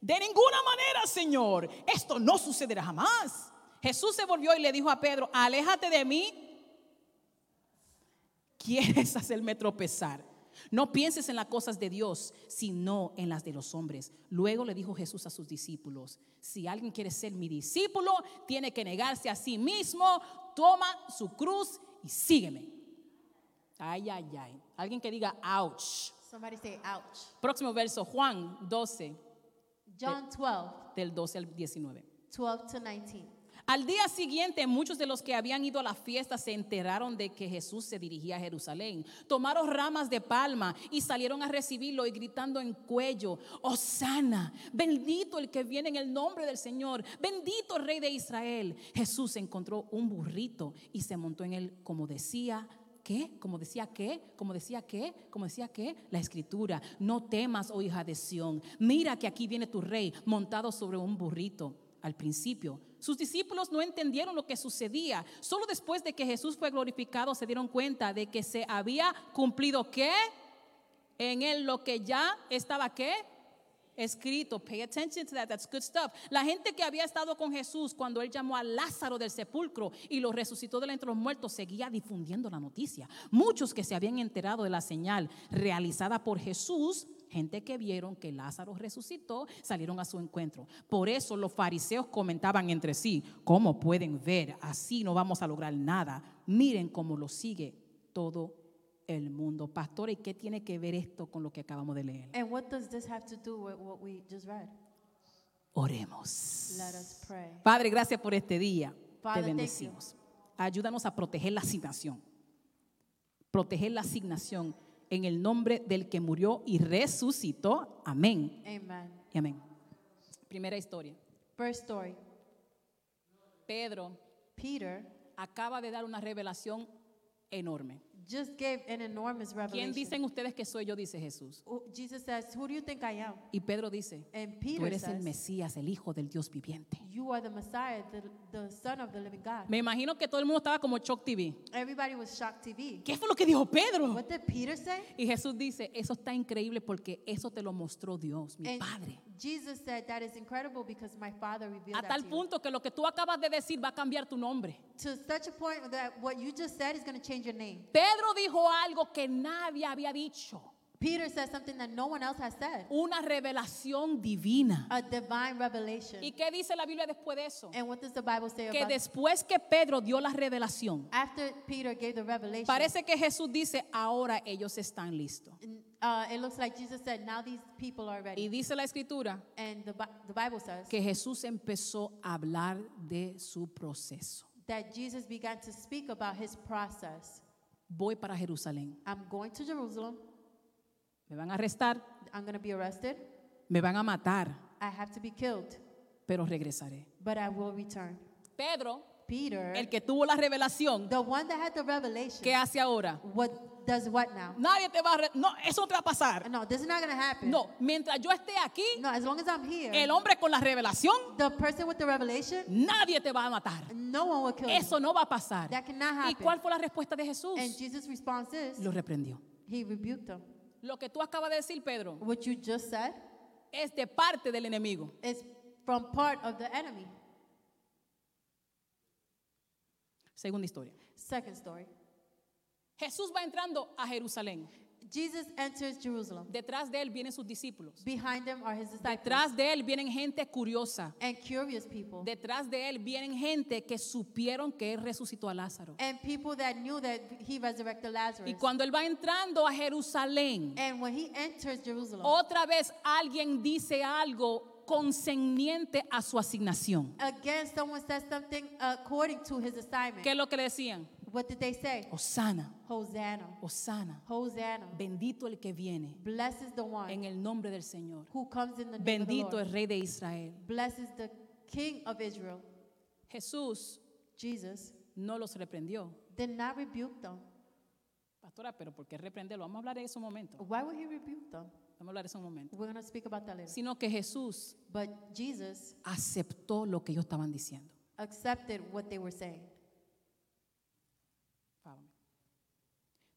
C: De ninguna manera, Señor. Esto no sucederá jamás. Jesús se volvió y le dijo a Pedro, aléjate de mí. ¿Quieres hacerme tropezar? No pienses en las cosas de Dios, sino en las de los hombres. Luego le dijo Jesús a sus discípulos, si alguien quiere ser mi discípulo, tiene que negarse a sí mismo, toma su cruz y sígueme. Ay, ay, ay. Alguien que diga, ouch.
D: Somebody say, ouch.
C: Próximo verso, Juan 12,
D: John 12,
C: del 12 al 19.
D: 12 to 19.
C: Al día siguiente, muchos de los que habían ido a la fiesta se enteraron de que Jesús se dirigía a Jerusalén. Tomaron ramas de palma y salieron a recibirlo y gritando en cuello, Osana, bendito el que viene en el nombre del Señor, bendito el rey de Israel. Jesús encontró un burrito y se montó en él como decía. ¿Qué? Como decía qué, como decía qué, como decía qué, la escritura, no temas, oh hija de Sión, mira que aquí viene tu rey montado sobre un burrito al principio. Sus discípulos no entendieron lo que sucedía. Solo después de que Jesús fue glorificado se dieron cuenta de que se había cumplido qué? En él lo que ya estaba qué? Escrito. Pay attention to that. That's good stuff. La gente que había estado con Jesús cuando él llamó a Lázaro del sepulcro y lo resucitó de entre los muertos seguía difundiendo la noticia. Muchos que se habían enterado de la señal realizada por Jesús Gente que vieron que Lázaro resucitó salieron a su encuentro. Por eso los fariseos comentaban entre sí, ¿cómo pueden ver? Así no vamos a lograr nada. Miren cómo lo sigue todo el mundo. Pastor, ¿y qué tiene que ver esto con lo que acabamos de leer?
D: And what does this have to do with what we just read?
C: Oremos.
D: Let us pray.
C: Padre, gracias por este día. Te
D: Father, thank
C: bendecimos. Ayúdanos a proteger la asignación. Proteger la asignación en el nombre del que murió y resucitó. Amén.
D: Amen.
C: Y amén. Primera historia.
D: First story.
C: Pedro
D: Peter
C: acaba de dar una revelación enorme.
D: just gave an enormous
C: ¿Quién
D: revelation.
C: dicen ustedes que soy yo? Dice Jesús.
D: Who- Jesus says, Who do you think I am?
C: Y Pedro dice,
D: And
C: tú
D: Peter
C: eres el
D: says,
C: Mesías, el Hijo del Dios viviente.
D: You are the Messiah, the, the Son of the Living God.
C: Me imagino que todo el mundo estaba como Shock TV.
D: Everybody was shocked TV.
C: ¿Qué fue lo que dijo Pedro?
D: What did Peter say?
C: Y Jesús dice, eso está increíble porque eso te lo mostró Dios, mi
D: And
C: Padre.
D: Jesus said, That is incredible because my Father revealed
C: A
D: that
C: tal
D: to you."
C: punto que lo que tú acabas de decir va a cambiar tu nombre.
D: To such a point that what you just said is going to change your name.
C: Pedro dijo algo que nadie había dicho.
D: Peter said something that no one else has said
C: Una revelación divina.
D: a divine revelation.
C: ¿Y qué dice la Biblia después de eso?
D: And what does the Bible say
C: Que
D: about
C: después que Pedro dio la revelación,
D: After Peter gave the revelation,
C: parece que Jesús dice, ahora ellos están listos.
D: uh, it looks like Jesus said, Now these people are
C: Y
D: ready.
C: dice la escritura
D: And the, Bi- the Bible says
C: que Jesús empezó a hablar de su proceso.
D: that Jesus began to speak about his process.
C: Voy para Jerusalén.
D: I'm going to Jerusalem.
C: Me van a arrestar,
D: I'm going to be arrested.
C: me van a matar,
D: I have to be killed,
C: pero regresaré.
D: but I will return.
C: Pedro,
D: Peter,
C: el que tuvo la revelación,
D: the one that had the revelation,
C: ¿qué hace ahora?
D: what does what now?
C: Nadie te va a... re- No, eso no te va a pasar.
D: No, this is not going to happen.
C: No, mientras yo esté aquí,
D: No, as long as I'm here,
C: el hombre con la revelación,
D: the person with the revelation,
C: nadie te va a matar.
D: no one will kill you.
C: Eso no va a pasar.
D: That cannot
C: ¿Y
D: happen.
C: cuál fue la respuesta de Jesús?
D: And Jesus' response is,
C: Lo reprendió.
D: he rebuked them.
C: Lo que tú acabas de decir, Pedro,
D: What you just said
C: es de parte del enemigo.
D: is from part of the enemy.
C: Segunda historia.
D: Second story.
C: Jesús va entrando a Jerusalén.
D: Jesus enters Jerusalem.
C: Detrás de él vienen sus discípulos.
D: Behind him are his disciples
C: Detrás de él vienen gente curiosa.
D: and curious people
C: Detrás de él vienen gente que supieron que él resucitó a Lázaro.
D: and people that knew that he resurrected Lazarus.
C: Y cuando él va entrando a Jerusalén,
D: And when he enters Jerusalem,
C: otra vez alguien dice algo concerniente a su asignación.
D: again someone says something according to his assignment.
C: ¿Qué es lo Oh. que le decían?
D: What did they say?
C: Osana,
D: Hosanna.
C: Osana,
D: Hosanna.
C: bendito el que viene
D: Blessed is the
C: en
D: one
C: el nombre del Señor.
D: who comes in the name of the
C: Bendito
D: Lord.
C: el rey de Israel.
D: Blessed is the King of Israel.
C: Jesús
D: Jesus
C: no los reprendió.
D: did not rebuke them.
C: Pastora, pero ¿por qué reprenderlo? Vamos a hablar de eso un momento.
D: Why would he rebuke them?
C: Vamos a hablar de eso un momento.
D: We're going to speak about that later.
C: Sino que Jesús
D: But Jesus
C: aceptó lo que ellos estaban diciendo.
D: accepted what they were saying.
C: Fábame.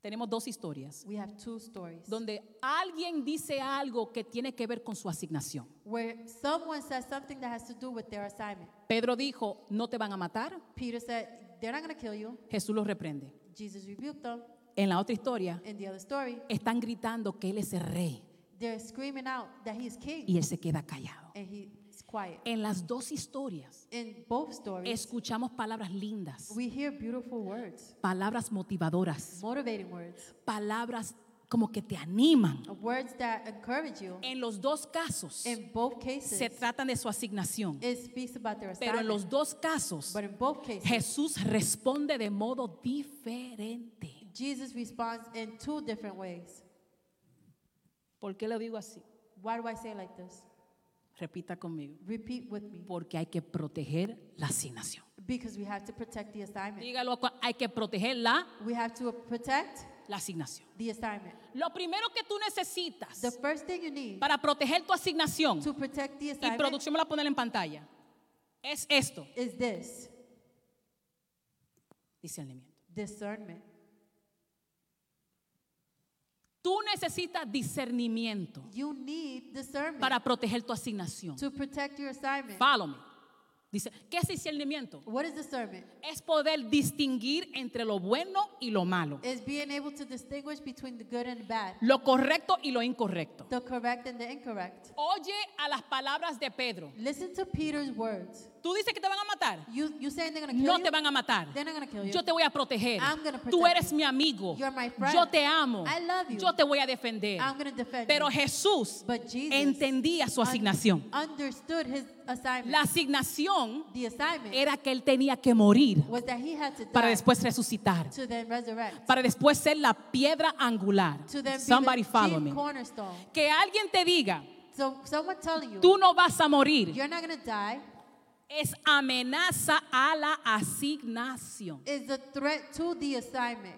C: Tenemos dos historias
D: We have two stories
C: donde alguien dice algo que tiene que ver con su asignación.
D: where someone says something that has to do with their assignment.
C: Pedro dijo, no te van a matar.
D: Peter said, They're not going to kill you.
C: Jesús los reprende.
D: Jesus rebuked them.
C: En la otra historia,
D: In the other story,
C: están gritando que Él es el rey
D: they're screaming out that he is king
C: y Él se queda callado.
D: and he's quiet.
C: En las dos historias,
D: In both stories,
C: escuchamos palabras lindas,
D: we hear beautiful words,
C: palabras motivadoras,
D: motivating words,
C: palabras como que te animan.
D: words that encourage you.
C: En los dos casos,
D: In both cases,
C: se tratan de su asignación.
D: it speaks about their
C: Pero en los
D: assignment.
C: dos casos,
D: But in both cases,
C: Jesús responde de modo diferente.
D: Jesus responds in two different ways.
C: ¿Por qué lo digo así?
D: Why do I say it like this?
C: Repita conmigo.
D: Repeat with me.
C: Porque hay que proteger la asignación.
D: Because we have to protect the assignment.
C: Dígalo, cu- hay que proteger la,
D: We have to protect
C: la asignación.
D: the assignment.
C: Lo primero que tú
D: The
C: necesitas
D: first thing you need
C: para proteger tu asignación,
D: to protect the
C: y
D: assignment
C: producción me la poner en pantalla, es esto,
D: is this
C: discernimiento.
D: discernment.
C: Tú necesitas discernimiento
D: You need discernment
C: para proteger tu asignación.
D: to protect your assignment.
C: Follow me. Dice, ¿qué es discernimiento?
D: What is discernment?
C: Es poder distinguir entre lo bueno y lo malo,
D: Is being able to distinguish between the good and the bad,
C: lo correcto y lo incorrecto.
D: the correct and the incorrect.
C: Oye a las palabras de Pedro.
D: Listen to Peter's words.
C: Tú dices que te van a matar.
D: You you saying they're gonna kill
C: No
D: you?
C: te van a matar.
D: They're not gonna kill you.
C: Yo te voy a proteger.
D: I'm gonna protect
C: Tú eres
D: you.
C: mi amigo.
D: You're my friend.
C: Yo te amo.
D: I love you.
C: Yo te voy a defender.
D: I'm gonna defend
C: Pero
D: you.
C: Jesús
D: But Jesus
C: entendía su
D: un-
C: asignación.
D: Understood his assignment.
C: La asignación
D: the assignment
C: era que él tenía que morir
D: was that he had to die
C: para después resucitar,
D: to then resurrect.
C: para después ser la piedra angular.
D: to then
C: Somebody
D: be the chief
C: follow me.
D: cornerstone.
C: Que alguien te diga,
D: So someone telling you
C: tú no vas a morir,
D: you're not gonna die
C: es amenaza a la asignación.
D: is a threat to the assignment.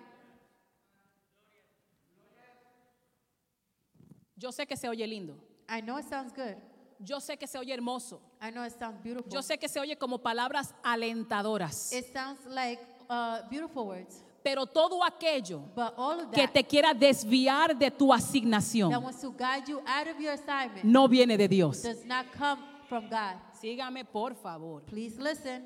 C: Yo sé que se oye lindo,
D: I know it sounds good.
C: yo sé que se oye hermoso,
D: I know it sounds beautiful.
C: yo sé que se oye como palabras alentadoras,
D: it sounds like uh, beautiful words,
C: pero todo aquello
D: but all of
C: que
D: that
C: te quiera desviar de tu
D: that
C: asignación
D: wants to guide you out of your assignment
C: no viene de Dios.
D: does not come from God.
C: Sígame, por favor.
D: Please listen.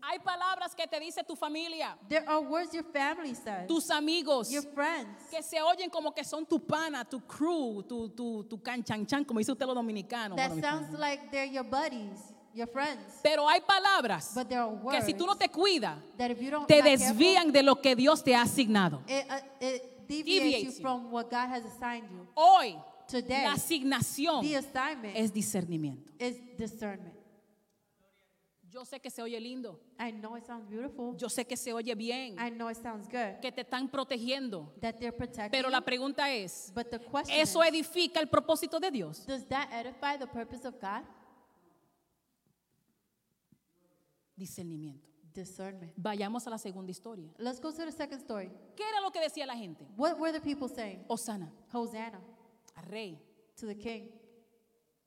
C: Hay palabras que te dice tu familia,
D: There are words your family says,
C: tus amigos,
D: your friends,
C: que se oyen como que son tu pana, tu crew, tu, tu, tu canchanchan, como dice usted los dominicanos.
D: that
C: bueno,
D: sounds
C: mi-
D: like they're your buddies, your friends.
C: Pero hay palabras
D: But there are
C: que
D: words
C: si tú no te cuidas,
D: that if you don't
C: te
D: not careful,
C: desvían de lo que Dios te ha asignado.
D: It, uh, it deviates,
C: Deviates
D: you
C: you.
D: from what God has assigned you.
C: Hoy,
D: Today,
C: la asignación
D: the assignment
C: es discernimiento.
D: is discernment.
C: Yo sé que se oye lindo,
D: I know it sounds beautiful.
C: yo sé que se oye bien,
D: I know it sounds good.
C: que te están protegiendo,
D: That they're protecting
C: pero la
D: you.
C: pregunta es,
D: But the question
C: ¿eso
D: is,
C: edifica el propósito de Dios?
D: does that edify the purpose of God?
C: Discernimiento.
D: Discernment.
C: Vayamos a la segunda historia.
D: Let's go to the second story.
C: ¿Qué era lo que decía la gente?
D: What were the people saying?
C: Osana,
D: Hosanna
C: rey.
D: to the king.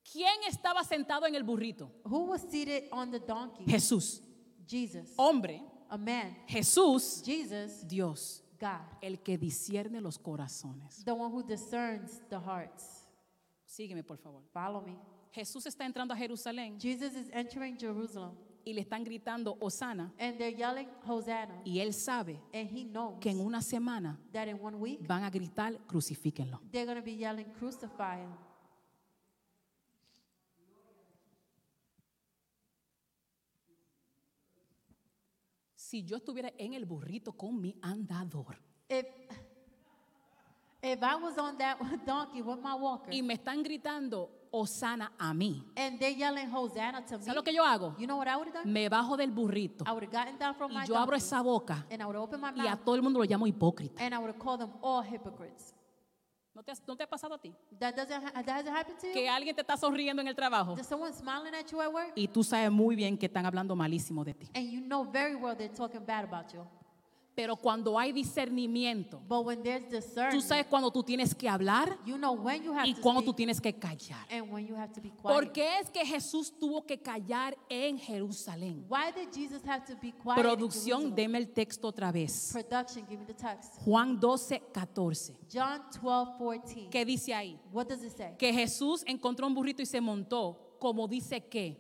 C: ¿Quién estaba sentado en el burrito?
D: Who was seated on the donkey?
C: Jesús.
D: Jesus.
C: Hombre,
D: A man.
C: Jesús,
D: Jesus,
C: Dios,
D: God.
C: el que discierne los corazones.
D: The one who discerns the hearts.
C: Sígueme, por favor.
D: Follow me.
C: Jesús está entrando a Jerusalén
D: Jesus is entering Jerusalem
C: y le están gritando Osana
D: and they're yelling Hosanna.
C: y él sabe
D: And he knows
C: que en una semana
D: that in one week
C: van a gritar crucifíquenlo.
D: they're going to be yelling crucify him.
C: Si yo estuviera en el burrito con mi andador
D: If if I was on that donkey with my walker
C: y me están gritando Osana a mí,
D: and they're yelling Hosanna to me,
C: ¿sabes lo que yo hago?
D: you know what I would have done?
C: Me bajo del burrito
D: I would have gotten down from my
C: y yo abro
D: donkey,
C: esa boca
D: and I would have opened my
C: y a
D: mouth
C: todo el mundo lo llamo hipócrita.
D: and I would have called them all hypocrites.
C: ¿No te, has- no te ha pasado a ti?
D: That doesn't ha- that hasn't happened to you.
C: Que alguien te está sonriendo en el trabajo
D: There's someone smiling at you at work
C: y tú sabes muy bien que están hablando malísimo de ti.
D: and you know very well they're talking bad about you.
C: Pero cuando hay discernimiento,
D: But when there's
C: tú
D: discernment,
C: sabes cuando tú tienes que hablar
D: you know when you have
C: y
D: to
C: cuando tú
D: speak
C: tienes que callar.
D: and when you have to be quiet.
C: ¿Por qué es que Jesús tuvo que callar en Jerusalén?
D: Why did Jesus have to be quiet? in
C: Producción,
D: Jerusalem?
C: deme el texto otra vez.
D: Production, give me the text.
C: Juan 12, 14.
D: John 12, 14.
C: ¿Qué dice ahí?
D: What does it say?
C: Que Jesús encontró un burrito y se montó. Como dice que.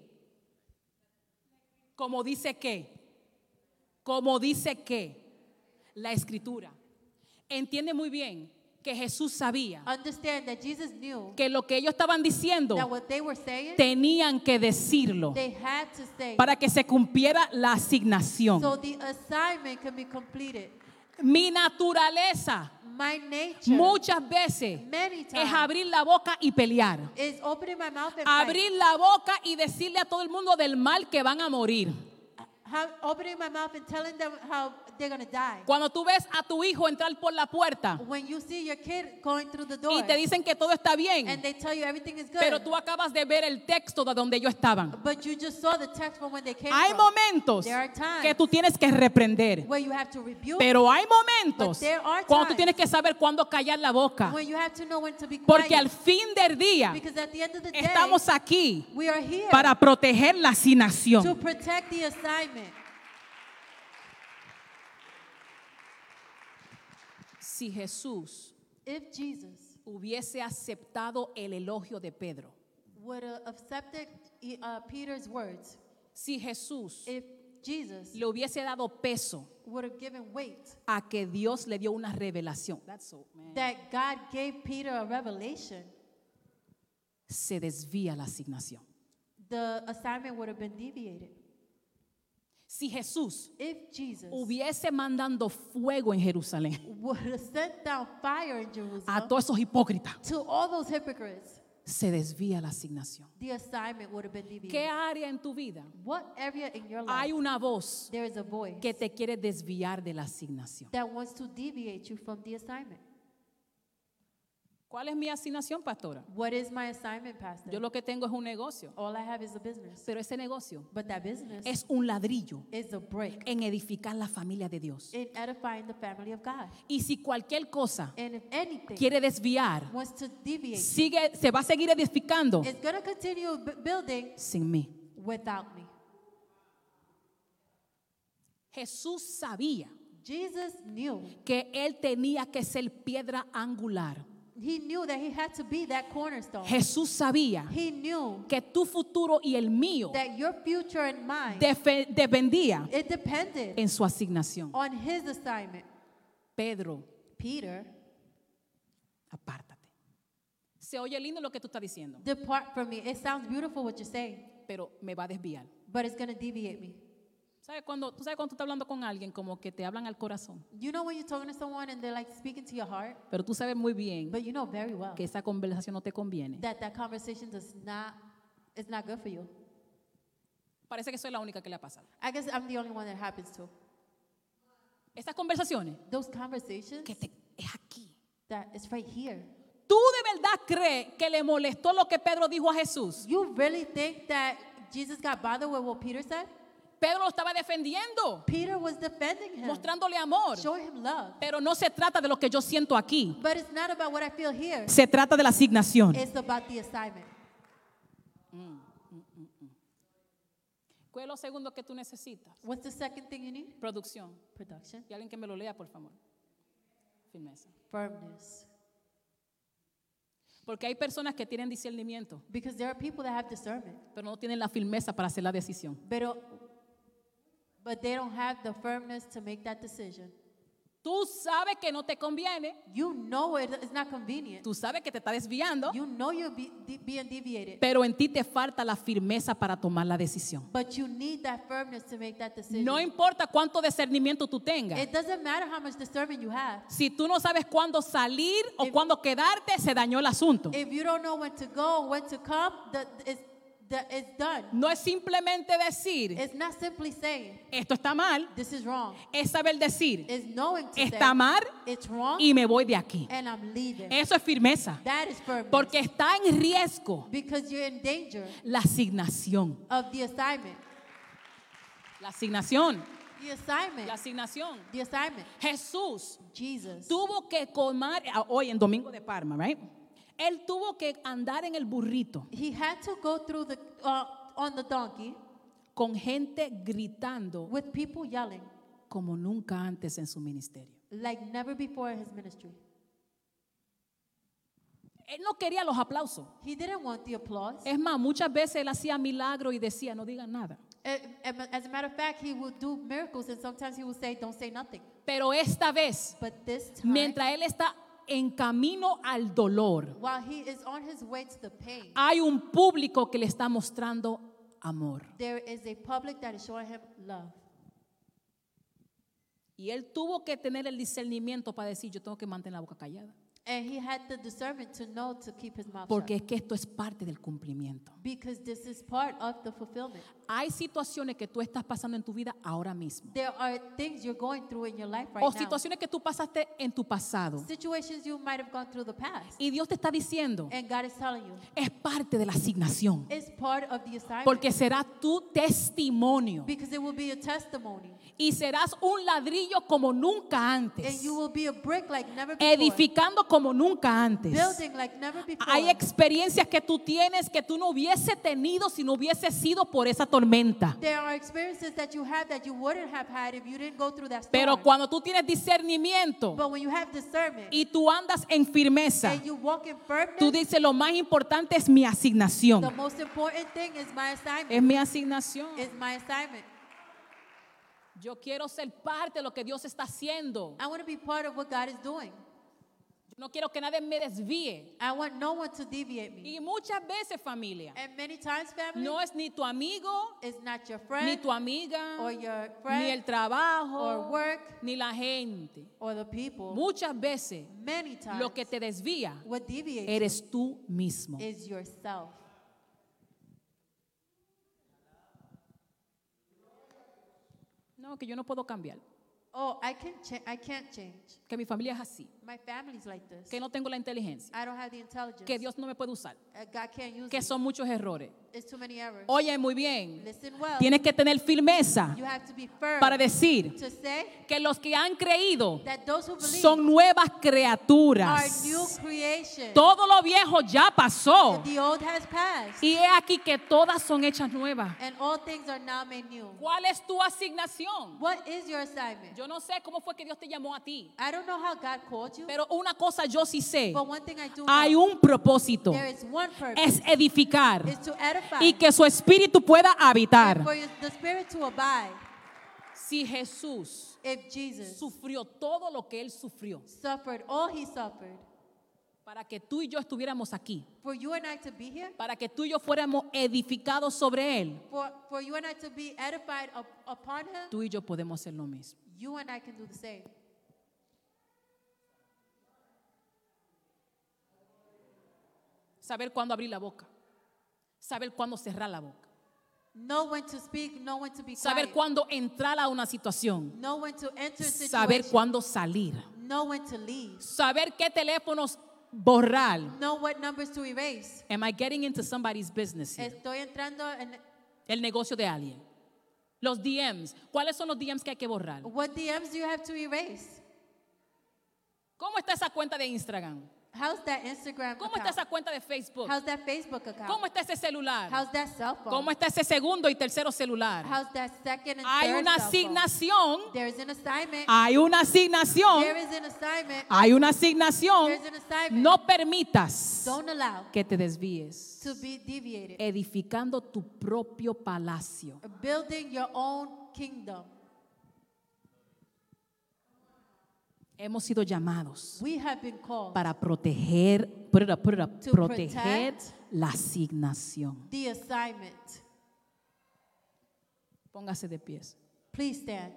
C: Como dice que. Como dice que. La escritura. Entiende muy bien que Jesús sabía
D: Understand that Jesus knew
C: que lo que ellos estaban diciendo
D: that what they were saying,
C: tenían que decirlo
D: they had to say
C: para que se cumpliera la asignación.
D: so the assignment can be completed.
C: Mi naturaleza
D: My nature
C: muchas veces
D: Many
C: es
D: times.
C: abrir la boca y pelear.
D: is opening my mouth and fight.
C: Abrir la boca y decirle a todo el mundo del mal que van a morir.
D: How, opening my mouth and telling them how they're going to die.
C: Cuando tú ves a tu hijo entrar por la puerta
D: When you see your kid going through the door
C: y te dicen que todo está bien,
D: Oh, and they tell you everything is good,
C: pero tú acabas de ver el texto de donde ellos estaban.
D: but you just saw the text from when they came
C: Hay
D: from,
C: momentos
D: There are times
C: que tú tienes que reprender.
D: where you have to rebuke
C: Pero hay momentos
D: But there are
C: cuando tú
D: times
C: tienes que saber cuándo callar la boca.
D: when you have to know when to be quiet.
C: ah, Porque al fin del día
D: because at the end of the day,
C: estamos aquí
D: we are here
C: para proteger la
D: to
C: asignación.
D: protect the assignment.
C: Si Jesús
D: If Jesus
C: hubiese aceptado el elogio de Pedro,
D: would have accepted uh, Peter's words,
C: si Jesús
D: if Jesus
C: le hubiese dado peso
D: would have given weight
C: a que Dios le dio una revelación, that's so, man.
D: that God gave Peter a revelation,
C: se desvía la asignación.
D: the assignment would have been deviated.
C: Si Jesús
D: If Jesus
C: hubiese mandando fuego en Jerusalén
D: would have sent down fire in
C: a
D: Jerusalem
C: todos esos hipócritas,
D: to all those hypocrites,
C: se desvía la asignación.
D: the assignment would have been deviated.
C: ¿Qué área en tu vida
D: What area in your life
C: hay una voz
D: there is a voice
C: que te quiere desviar de la asignación.
D: that wants to deviate you from the assignment?
C: ¿Cuál es mi asignación, pastora?
D: What is my assignment, Pastor?
C: Yo lo que tengo es un negocio,
D: All I have is a business.
C: pero ese negocio
D: But that business
C: es un ladrillo
D: is a brick
C: en edificar la familia de Dios.
D: in edifying the family of God.
C: Y si cualquier cosa
D: And if anything
C: quiere desviar,
D: wants to deviate,
C: sigue, se va a seguir edificando
D: it's going to continue b- building
C: sin mí.
D: without me.
C: Jesús sabía
D: Jesus knew.
C: que él tenía que ser piedra angular.
D: He knew that he had to be that cornerstone.
C: Jesús sabía
D: He knew
C: que tu futuro y el mío
D: that your future and mine,
C: defe- dependía
D: it depended
C: en su asignación.
D: on his assignment.
C: Pedro
D: Peter,
C: apártate. Se oye lindo lo que tú estás diciendo,
D: depart from me. It sounds beautiful what you're saying,
C: pero me va a desviar.
D: but it's going to deviate me.
C: ¿Sabes cuando, tú sabes cuando tú estás hablando con alguien como que te hablan al corazón,
D: You know when you're talking to someone and they're like speaking to your heart,
C: pero tú sabes muy bien
D: but you know very well
C: que esa conversación no te conviene.
D: that that conversation does not, it's not good for you.
C: Parece que soy la única que le ha pasado.
D: I guess I'm the only one that happens to.
C: Esas conversaciones
D: Those conversations
C: que te- es aquí.
D: that is right here.
C: ¿Tú de verdad crees que le molestó lo que Pedro dijo a Jesús?
D: You really think that Jesus got bothered with what Peter said?
C: Pedro lo estaba defendiendo,
D: Peter was defending him,
C: mostrándole amor.
D: showing him love.
C: Pero no se trata de lo que yo siento aquí.
D: But it's not about what I feel here.
C: Se trata de la asignación.
D: It's about the assignment.
C: ¿Cuál es lo segundo que tú necesitas?
D: What's the second thing you need?
C: Producción.
D: Production.
C: Y alguien que me lo lea, por favor. Firmeza.
D: Firmness.
C: Porque hay personas que tienen discernimiento,
D: Because there are people that have discernment,
C: pero no tienen la firmeza para hacer la decisión.
D: pero but they don't have the firmness to make that decision.
C: Tú sabes que no te conviene,
D: You know it is not convenient.
C: tú sabes que te está desviando,
D: You know you're be, de, being deviated,
C: pero en ti te falta la firmeza para tomar la decisión.
D: but you need that firmness to make that decision.
C: No importa cuánto discernimiento tú tengas,
D: it doesn't matter how much discernment you have.
C: si tú no sabes cuándo salir o
D: If-
C: cuándo quedarte, se dañó el asunto.
D: If you don't know when to go, when to come, the, it's, the, it's done.
C: No es simplemente decir,
D: It's not simply saying
C: esto está mal,
D: this is wrong.
C: es saber decir,
D: It's knowing to
C: está
D: say
C: mal
D: it's wrong
C: y me voy de aquí.
D: and I'm leaving.
C: Eso es firmeza,
D: that is firmness
C: porque está en riesgo
D: because you're in danger
C: la asignación.
D: of the assignment.
C: La asignación,
D: The assignment.
C: la asignación.
D: the assignment.
C: Jesús
D: Jesus.
C: tuvo que comar ah, hoy en Domingo de Parma, right? Él tuvo que andar en el burrito
D: He had to go through the uh, on the donkey
C: con gente gritando
D: with people yelling
C: como nunca antes en su ministerio.
D: like never before in his ministry.
C: Él no quería los aplausos.
D: He didn't want the applause.
C: Es más, muchas veces él hacía milagros y decía, no digan nada.
D: And- and As a matter of fact, he would do miracles, and sometimes he would say, "Don't say nothing."
C: Pero esta vez,
D: But this time,
C: mientras él está en camino al dolor,
D: while he is on his way to the pain,
C: hay un público que le está mostrando amor.
D: there is a public that is showing him love.
C: Y él tuvo que tener el discernimiento para decir, yo tengo que mantener la boca callada.
D: And he had the discernment to know to keep his mouth
C: Porque
D: shut.
C: es que esto es parte del cumplimiento.
D: Because this is part of the fulfillment.
C: Hay situaciones que tú estás pasando en tu vida ahora mismo.
D: There are things you're going through in your life right
C: O
D: now.
C: situaciones que tú pasaste en tu pasado.
D: Situations you might have gone through the past.
C: Y Dios te está diciendo,
D: And God is telling you,
C: es parte de la asignación.
D: it's part of the assignment.
C: Porque será tu testimonio.
D: because it will be a testimony.
C: Y serás un ladrillo como nunca
D: And
C: antes.
D: you will be a brick like never before.
C: Edificando como nunca antes.
D: Building like never before.
C: Hay experiencias que tú tienes que tú no hubiese tenido si no hubiese sido por esa tormenta.
D: there are experiences that you have that you wouldn't have had if you didn't go through that storm.
C: Pero cuando tú tienes discernimiento
D: but when you have discernment
C: y tú andas en firmeza,
D: and you walk in firmness,
C: tú dices lo más importante es mi asignación.
D: the most important thing is my
C: Es
D: assignment.
C: mi asignación.
D: Is my assignment.
C: Yo quiero ser parte de lo que Dios está haciendo.
D: I want to be part of what God is doing.
C: Yo no quiero que nadie me desvíe.
D: I want no one to deviate me.
C: Y muchas veces familia,
D: And many times, family,
C: no es ni tu amigo,
D: it's not your
C: ni
D: friend
C: tu amiga,
D: or
C: ni
D: your
C: el
D: friend or
C: trabajo,
D: work
C: ni la gente.
D: or the people.
C: Muchas veces
D: Many times,
C: lo que te desvía
D: what deviates you
C: eres tú mismo.
D: is yourself.
C: No, que yo no puedo cambiar,
D: Oh, I can cha- I can't change.
C: que mi familia es así,
D: My family's like this.
C: que no tengo la inteligencia,
D: I don't have the intelligence.
C: que Dios no me puede usar,
D: Uh, God can't use
C: que
D: me.
C: son muchos errores.
D: It's too many errors.
C: Oye, muy bien,
D: Listen well.
C: tienes que tener firmeza
D: you have to be firm
C: para decir
D: to say
C: que los que han creído
D: that those who believe
C: son nuevas
D: are
C: criaturas.
D: new creation.
C: Todo lo viejo ya pasó.
D: The old has passed,
C: Y he aquí que todas son hechas nuevas.
D: and all things are now made new.
C: ¿Cuál es tu asignación?
D: What is your assignment?
C: Yo no sé cómo fue que Dios te llamó a ti,
D: I don't know how God called you,
C: pero una cosa yo sí sé.
D: but one thing I do
C: Hay
D: know,
C: un propósito.
D: there is one purpose,
C: Es edificar
D: is to edify,
C: y que su espíritu pueda habitar.
D: and for your- the spirit to abide.
C: Si Jesús
D: If Jesus
C: sufrió todo lo que él sufrió
D: suffered all he suffered,
C: para que tú y yo estuviéramos aquí,
D: for you and I to be here,
C: para que tú y yo fuéramos edificados sobre él,
D: for, for you and I to be edified up, upon him,
C: tú y yo podemos hacer lo mismo.
D: you and I can do the same.
C: Saber cuándo abrir la boca. Saber cuándo cerrar la boca.
D: Know when to speak, know when to be
C: Saber
D: quiet,
C: cuándo entrar a una situación.
D: know when to enter a
C: Saber
D: situation,
C: cuándo salir.
D: know when to leave,
C: Saber qué teléfonos borrar.
D: know what numbers to erase.
C: Am I getting into somebody's business? here?
D: Estoy entrando en
C: El negocio de alguien. Los DMs. ¿Cuáles son los DMs que hay que borrar?
D: what DMs do you have to erase?
C: ¿Cómo está esa cuenta de Instagram?
D: How's that Instagram
C: ¿Cómo está esa
D: account?
C: cuenta de Facebook?
D: How's that Facebook account?
C: ¿Cómo está ese celular?
D: How's that cell phone?
C: ¿Cómo está ese segundo y tercero celular?
D: How's that second and
C: Hay
D: third
C: una
D: cell phone?
C: asignación.
D: There is an assignment.
C: Hay una asignación.
D: There is an assignment.
C: Hay una asignación.
D: There's an assignment.
C: No permitas
D: Don't allow
C: que te desvíes.
D: to be deviated.
C: Edificando tu propio palacio.
D: Building your own kingdom.
C: Hemos sido llamados
D: We have been called
C: para proteger, put it up, put it up,
D: To
C: proteger
D: protect.
C: la asignación.
D: the assignment.
C: Póngase de pies.
D: Please stand.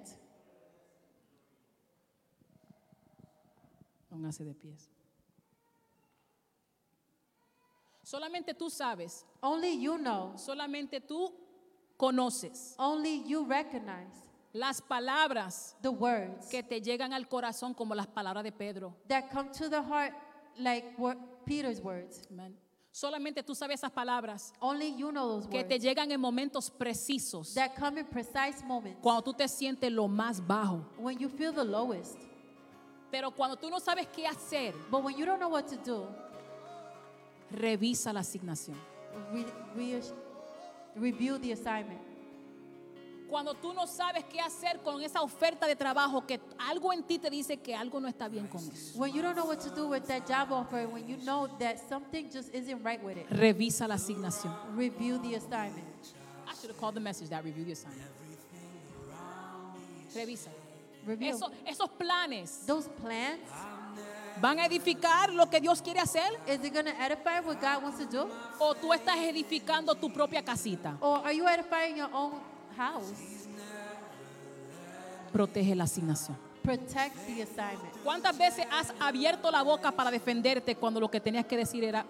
C: Póngase de pies. Solamente tú sabes,
D: Only you know,
C: solamente tú conoces
D: only you recognize
C: las palabras
D: the words
C: que te llegan al corazón como las palabras de Pedro.
D: that come to the heart like wor- Peter's words.
C: Amén. Solamente tú sabes esas palabras
D: Only you know those
C: que te
D: words
C: llegan en momentos precisos,
D: that come in precise moments
C: cuando tú te sientes lo más bajo.
D: when you feel the lowest.
C: Pero cuando tú no sabes qué hacer,
D: But when you don't know what to do,
C: revisa la asignación.
D: re- re- review the assignment.
C: Cuando tú no sabes qué hacer con esa oferta de trabajo, que algo en ti te dice que algo no está bien con eso.
D: When you don't know what to do with that job offer, when you know that something just isn't right with it,
C: Revisa la asignación.
D: review the assignment.
C: I should have called the message that review the assignment. Revisa.
D: Review.
C: Eso- esos planes
D: Those plans,
C: van a edificar lo que Dios quiere hacer
D: is it going to edify what God wants to do?
C: o tú estás edificando tu propia casita.
D: Or are you edifying your own house?
C: Protege la asignación.
D: Protect the assignment.
C: ¿Cuántas veces has abierto la boca para defenderte cuando lo que tenías que decir era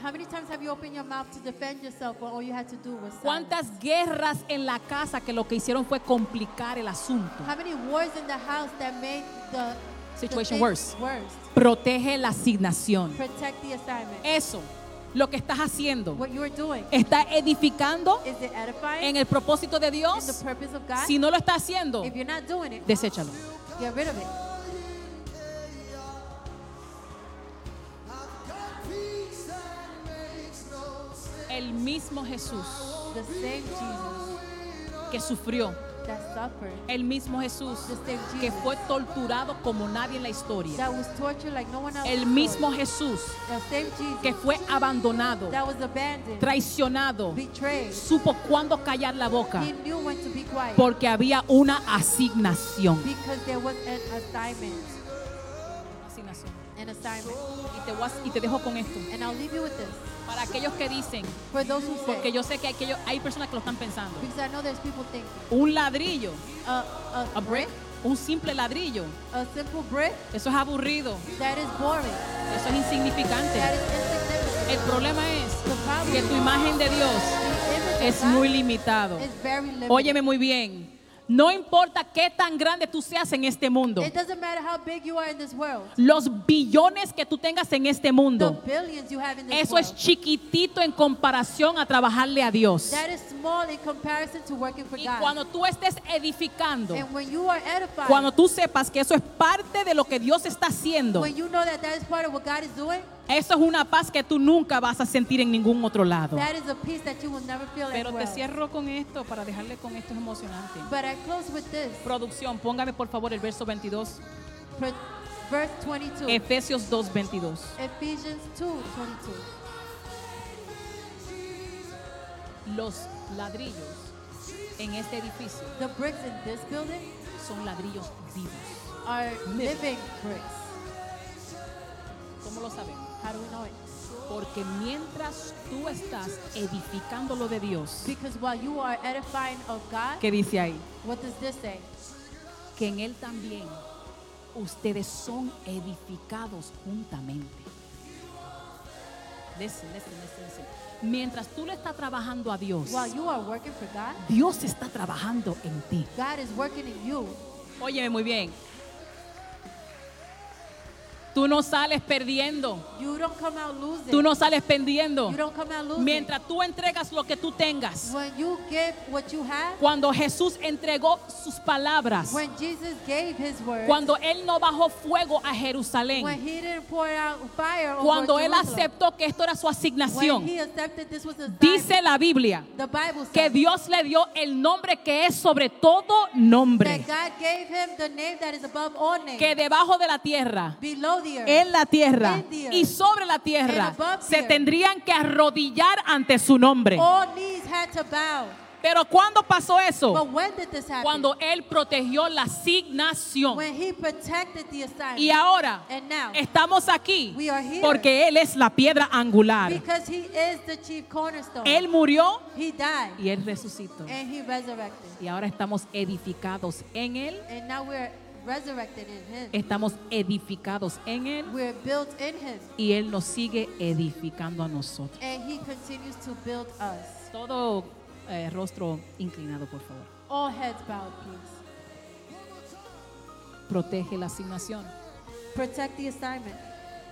D: How many times have you opened your mouth to defend yourself when all you had to do was silence?
C: cuántas guerras en la casa que lo que hicieron fue complicar el asunto?
D: How many wars in the house that made the the
C: Situation
D: things
C: worse.
D: Worse.
C: Protege la asignación.
D: Protect the assignment.
C: Eso, lo que estás haciendo,
D: what you are doing
C: está edificando
D: is it edifying
C: en el propóito de
D: in the
C: Dios.
D: purpose of God?
C: Si no lo está haciendo,
D: if you're not doing it,
C: deséchalo.
D: get rid of it.
C: El mismo Jesús
D: The same Jesus
C: que sufrió,
D: that suffered,
C: el mismo Jesús
D: The same Jesus.
C: que fue torturado como nadie en la historia,
D: that was tortured like no one else.
C: el
D: was
C: mismo
D: tortured.
C: Jesús
D: the same Jesus
C: que fue abandonado,
D: that was abandoned,
C: traicionado,
D: betrayed.
C: supo cuándo callar la boca
D: He knew when to be quiet
C: porque había una asignación.
D: because there was an assignment,
C: Asignación.
D: an assignment.
C: Y te, voy a- y te dejo con esto.
D: And I'll leave you with this
C: Para aquellos que dicen,
D: for those who say,
C: porque yo sé que hay, aquellos- hay personas que lo están pensando,
D: because I know there's people thinking,
C: un ladrillo,
D: a, a,
C: a brick, un simple ladrillo,
D: a simple brick
C: eso es aburrido,
D: that is boring,
C: eso es insignificante.
D: that is insignificant.
C: El problema es
D: The problem
C: que tu imagen de Dios
D: The image of
C: es
D: God
C: muy limitado.
D: is very limited.
C: Óyeme muy bien. No importa qué tan grande tú seas en este mundo,
D: It doesn't matter how big you are in this world.
C: los billones que tú tengas en este
D: The
C: mundo,
D: billions you have in this
C: eso
D: world.
C: es chiquitito en comparación a trabajarle a Dios.
D: That is small in comparison to working for
C: Y
D: God.
C: cuando tú estés edificando,
D: and when you are edified,
C: cuando tú sepas que eso es parte de lo que Dios está haciendo,
D: when you know that that is part of what God is doing,
C: eso es una paz que tú nunca vas a sentir en ningún otro lado.
D: that is a peace that you will never feel
C: Pero
D: anywhere
C: te
D: else.
C: cierro con esto para dejarle con esto es emocionante.
D: But I close with this.
C: Producción, póngame por favor el verso 22.
D: Pro- Verse 22.
C: Efesios 2:22.
D: Ephesians 2, 22.
C: Los ladrillos en este edificio
D: The bricks in this building
C: son ladrillos vivos.
D: are
C: Live.
D: living bricks.
C: ¿Cómo lo sabemos?
D: How do we know it?
C: Porque mientras tú estás edificando lo de Dios,
D: Because while you are edifying of God,
C: ¿qué dice ahí?
D: what does this say?
C: Que en Él también ustedes son edificados juntamente. Listen, listen, listen, listen. Mientras tú le estás trabajando a Dios,
D: While you are working for God,
C: Dios está trabajando en ti.
D: God is working in you.
C: Óyeme muy bien. Tú no sales perdiendo.
D: You don't come out losing.
C: Tú no sales perdiendo.
D: you don't come out losing.
C: Mientras tú entregas lo que tú tengas.
D: when you give what you have,
C: Cuando Jesús entregó sus palabras.
D: when Jesus gave his word,
C: Cuando Él no bajó fuego a
D: when
C: Jerusalén.
D: he didn't pour out fire over
C: Cuando Él
D: Jerusalem,
C: aceptó que esto era su
D: when
C: asignación.
D: he accepted this was a
C: Dice la Biblia
D: the Bible says
C: que Dios le dio el nombre que es sobre todo nombre.
D: that God gave him the name that is above all names,
C: Que debajo de la tierra
D: below the earth,
C: en la tierra
D: In the earth.
C: y sobre la tierra
D: And above the
C: se
D: earth. Oh.
C: tendrían que arrodillar ante su nombre.
D: all knees had to bow.
C: Pero ¿cuándo pasó
D: But
C: eso?
D: when did this happen?
C: Oh. Cuando él protegió la asignación.
D: when he protected the assignment.
C: Y ahora
D: And now,
C: estamos aquí
D: we are here.
C: porque él es la piedra angular.
D: because he is the chief cornerstone.
C: Él murió
D: he died
C: y él resucitó.
D: and he resurrected.
C: Y ahora estamos edificados en él.
D: And now we're resurrected in him.
C: Estamos edificados en él
D: we're built in him.
C: y él nos sigue edificando a nosotros.
D: And he continues to build us.
C: Todo eh, rostro inclinado, por favor.
D: All heads bowed, please.
C: Protege la asignación.
D: Protect the assignment.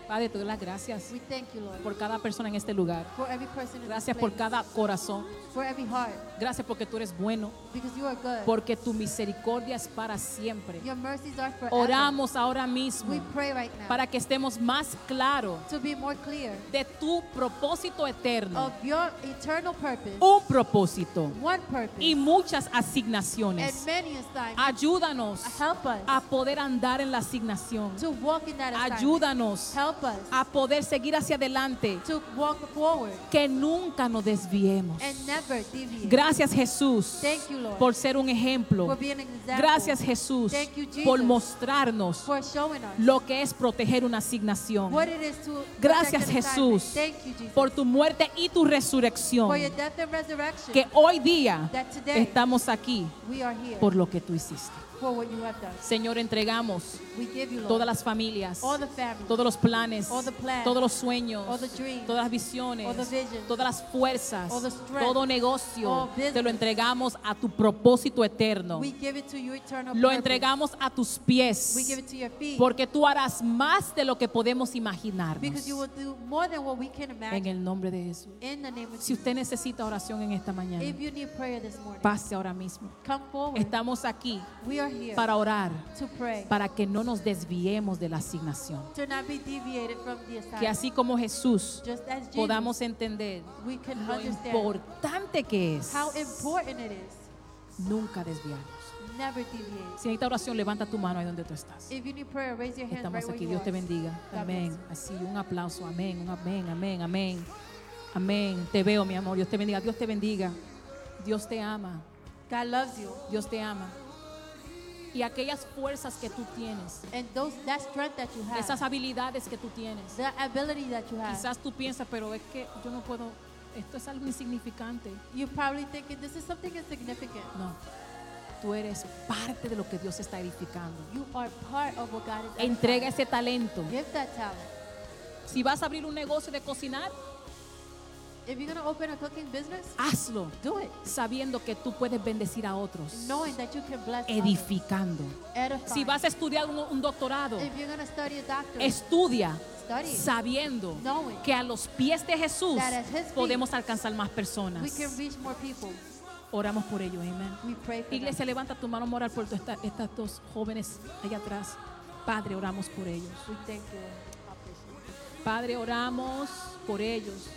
C: Padre, te doy las gracias
D: We thank you, Lord.
C: por cada persona en este lugar.
D: For every person in
C: Gracias
D: this
C: por
D: place.
C: cada corazón.
D: For every heart.
C: Gracias porque tú eres bueno.
D: Because you are good.
C: Porque tu misericordia es para siempre.
D: Your mercies are forever.
C: Oramos ahora
D: We
C: mismo
D: pray right now
C: para que estemos más claros
D: to be more clear
C: de tu propósito eterno.
D: of your eternal purpose,
C: Un propósito
D: one purpose,
C: y muchas
D: and
C: asignaciones.
D: many assignments.
C: Ayúdanos
D: Help us
C: a poder andar en la asignación.
D: to walk in that assignment.
C: Ayúdanos
D: Help us
C: a poder seguir hacia adelante.
D: to walk forward
C: Que nunca nos desviemos.
D: and never deviate.
C: Gracias Jesús
D: Thank you, Lord,
C: por ser un ejemplo.
D: for being an example.
C: Gracias Jesús
D: Thank you, Jesus,
C: por mostrarnos
D: for showing us
C: lo que es proteger una asignación.
D: what it is to
C: Gracias
D: protect an assignment.
C: Jesús
D: Thank you, Jesus,
C: por tu muerte y tu resurrección.
D: for your death and resurrection.
C: Que hoy día
D: That today
C: estamos aquí
D: we are here
C: por lo que tú hiciste.
D: for what you have done.
C: Señor, entregamos
D: We give you, Lord,
C: todas las familias,
D: all the families,
C: todos los planes,
D: All the plans.
C: todos los sueños,
D: All the dreams.
C: todas las visiones,
D: All the visions.
C: todas las fuerzas,
D: All the strength.
C: todo negocio,
D: All business.
C: te lo entregamos a tu propósito eterno.
D: we give it to your eternal
C: Lo
D: purpose.
C: entregamos a tus
D: We give it
C: pies,
D: to your feet
C: porque tú harás más de lo que podemos imaginar.
D: because you will do more than what we can imagine.
C: En el nombre de Jesús.
D: In the name of
C: Si
D: Jesus.
C: usted necesita oración en esta mañana,
D: If you need prayer this morning,
C: pase ahora mismo.
D: come forward.
C: Estamos aquí
D: we are here
C: para orar,
D: to pray,
C: para que no nos desviemos de la asignación.
D: to not be deviated from the assignment.
C: Que así como Jesús
D: Just as Jesus,
C: podamos entender
D: we can
C: lo
D: understand
C: importante que es
D: how important it is.
C: nunca desviarnos.
D: Never deviate.
C: Si necesita oración, levanta tu mano ahí donde tú estás.
D: If you need prayer, raise your hand right
C: Estamos
D: where
C: aquí,
D: you
C: Dios
D: are.
C: te bendiga.
D: God
C: Amén.
D: bless you.
C: Así, un aplauso. Amén, un amén, amén, amén. Amén. Te veo, mi amor. Dios te bendiga. Dios te bendiga. Dios te ama.
D: God loves you.
C: Dios te ama. Y aquellas fuerzas que tú tienes,
D: And those that strength that you have,
C: esas habilidades que tú tienes,
D: the ability that you have,
C: quizás tú piensas, pero es que yo no puedo, esto es algo insignificante.
D: you're probably thinking this is something insignificant.
C: No, tú eres parte de lo que Dios está edificando.
D: You are part of what God is
C: Entrega ese talento.
D: asking. Give that talent.
C: Si vas a abrir un negocio de cocinar,
D: If you're going to open a cooking business,
C: hazlo,
D: do it.
C: sabiendo que tú puedes bendecir a otros,
D: knowing that you can bless others,
C: edificando.
D: edify.
C: Si vas a estudiar un, un doctorado,
D: if you're going to study a doctorate,
C: estudia
D: Study.
C: sabiendo
D: Knowing.
C: que a los pies de Jesús
D: That at his feet
C: podemos alcanzar más
D: we
C: personas.
D: can reach more people.
C: Oramos por ello, amén.
D: We pray for
C: Iglesia,
D: them.
C: levanta tu mano moral por tu- esta- estas dos jóvenes allá atrás. Padre, oramos por ellos.
D: We thank you. Lord.
C: Padre, oramos por ellos.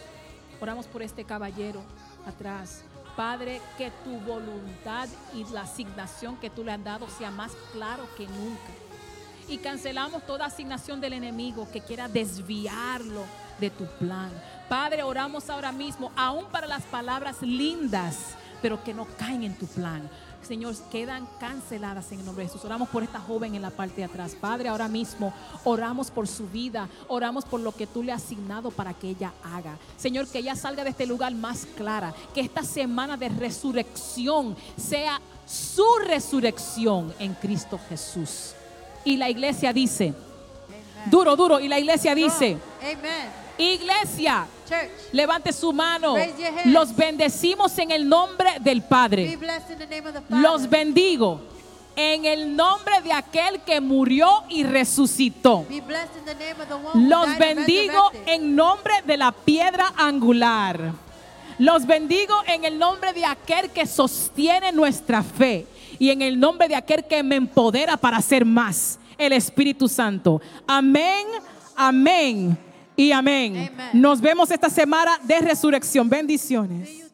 C: Oramos por este caballero atrás. Padre, que tu voluntad y la asignación que tú le has dado sea más claro que nunca. Y cancelamos toda asignación del enemigo que quiera desviarlo de tu plan. Padre, oramos ahora mismo, aún para las palabras lindas, pero que no caen en tu plan. Señor, quedan canceladas en el nombre de Jesús. Oramos por esta joven en la parte de atrás. Padre, ahora mismo oramos por su vida, oramos por lo que tú le has asignado para que ella haga. Señor, que ella salga de este lugar más clara, que esta semana de resurrección sea su resurrección en Cristo Jesús. Y la iglesia dice,
D: Amen. Oh,
C: duro, duro, y la iglesia dice,
D: Amen.
C: iglesia,
D: Church,
C: levante su mano.
D: Raise your hand.
C: Los bendecimos en el nombre del Padre.
D: be blessed in the name of the Father.
C: Los bendigo en el nombre de aquel que murió y resucitó.
D: be blessed in the name of the one who
C: Los
D: died and
C: bendigo
D: resurrected.
C: en nombre de la piedra angular. Los bendigo en el nombre de aquel que sostiene nuestra fe y en el nombre de aquel que me empodera para hacer más, el Espíritu Santo. Amén, amén y amén.
D: Amen.
C: Nos vemos esta semana de resurrección. Bendiciones.
D: See you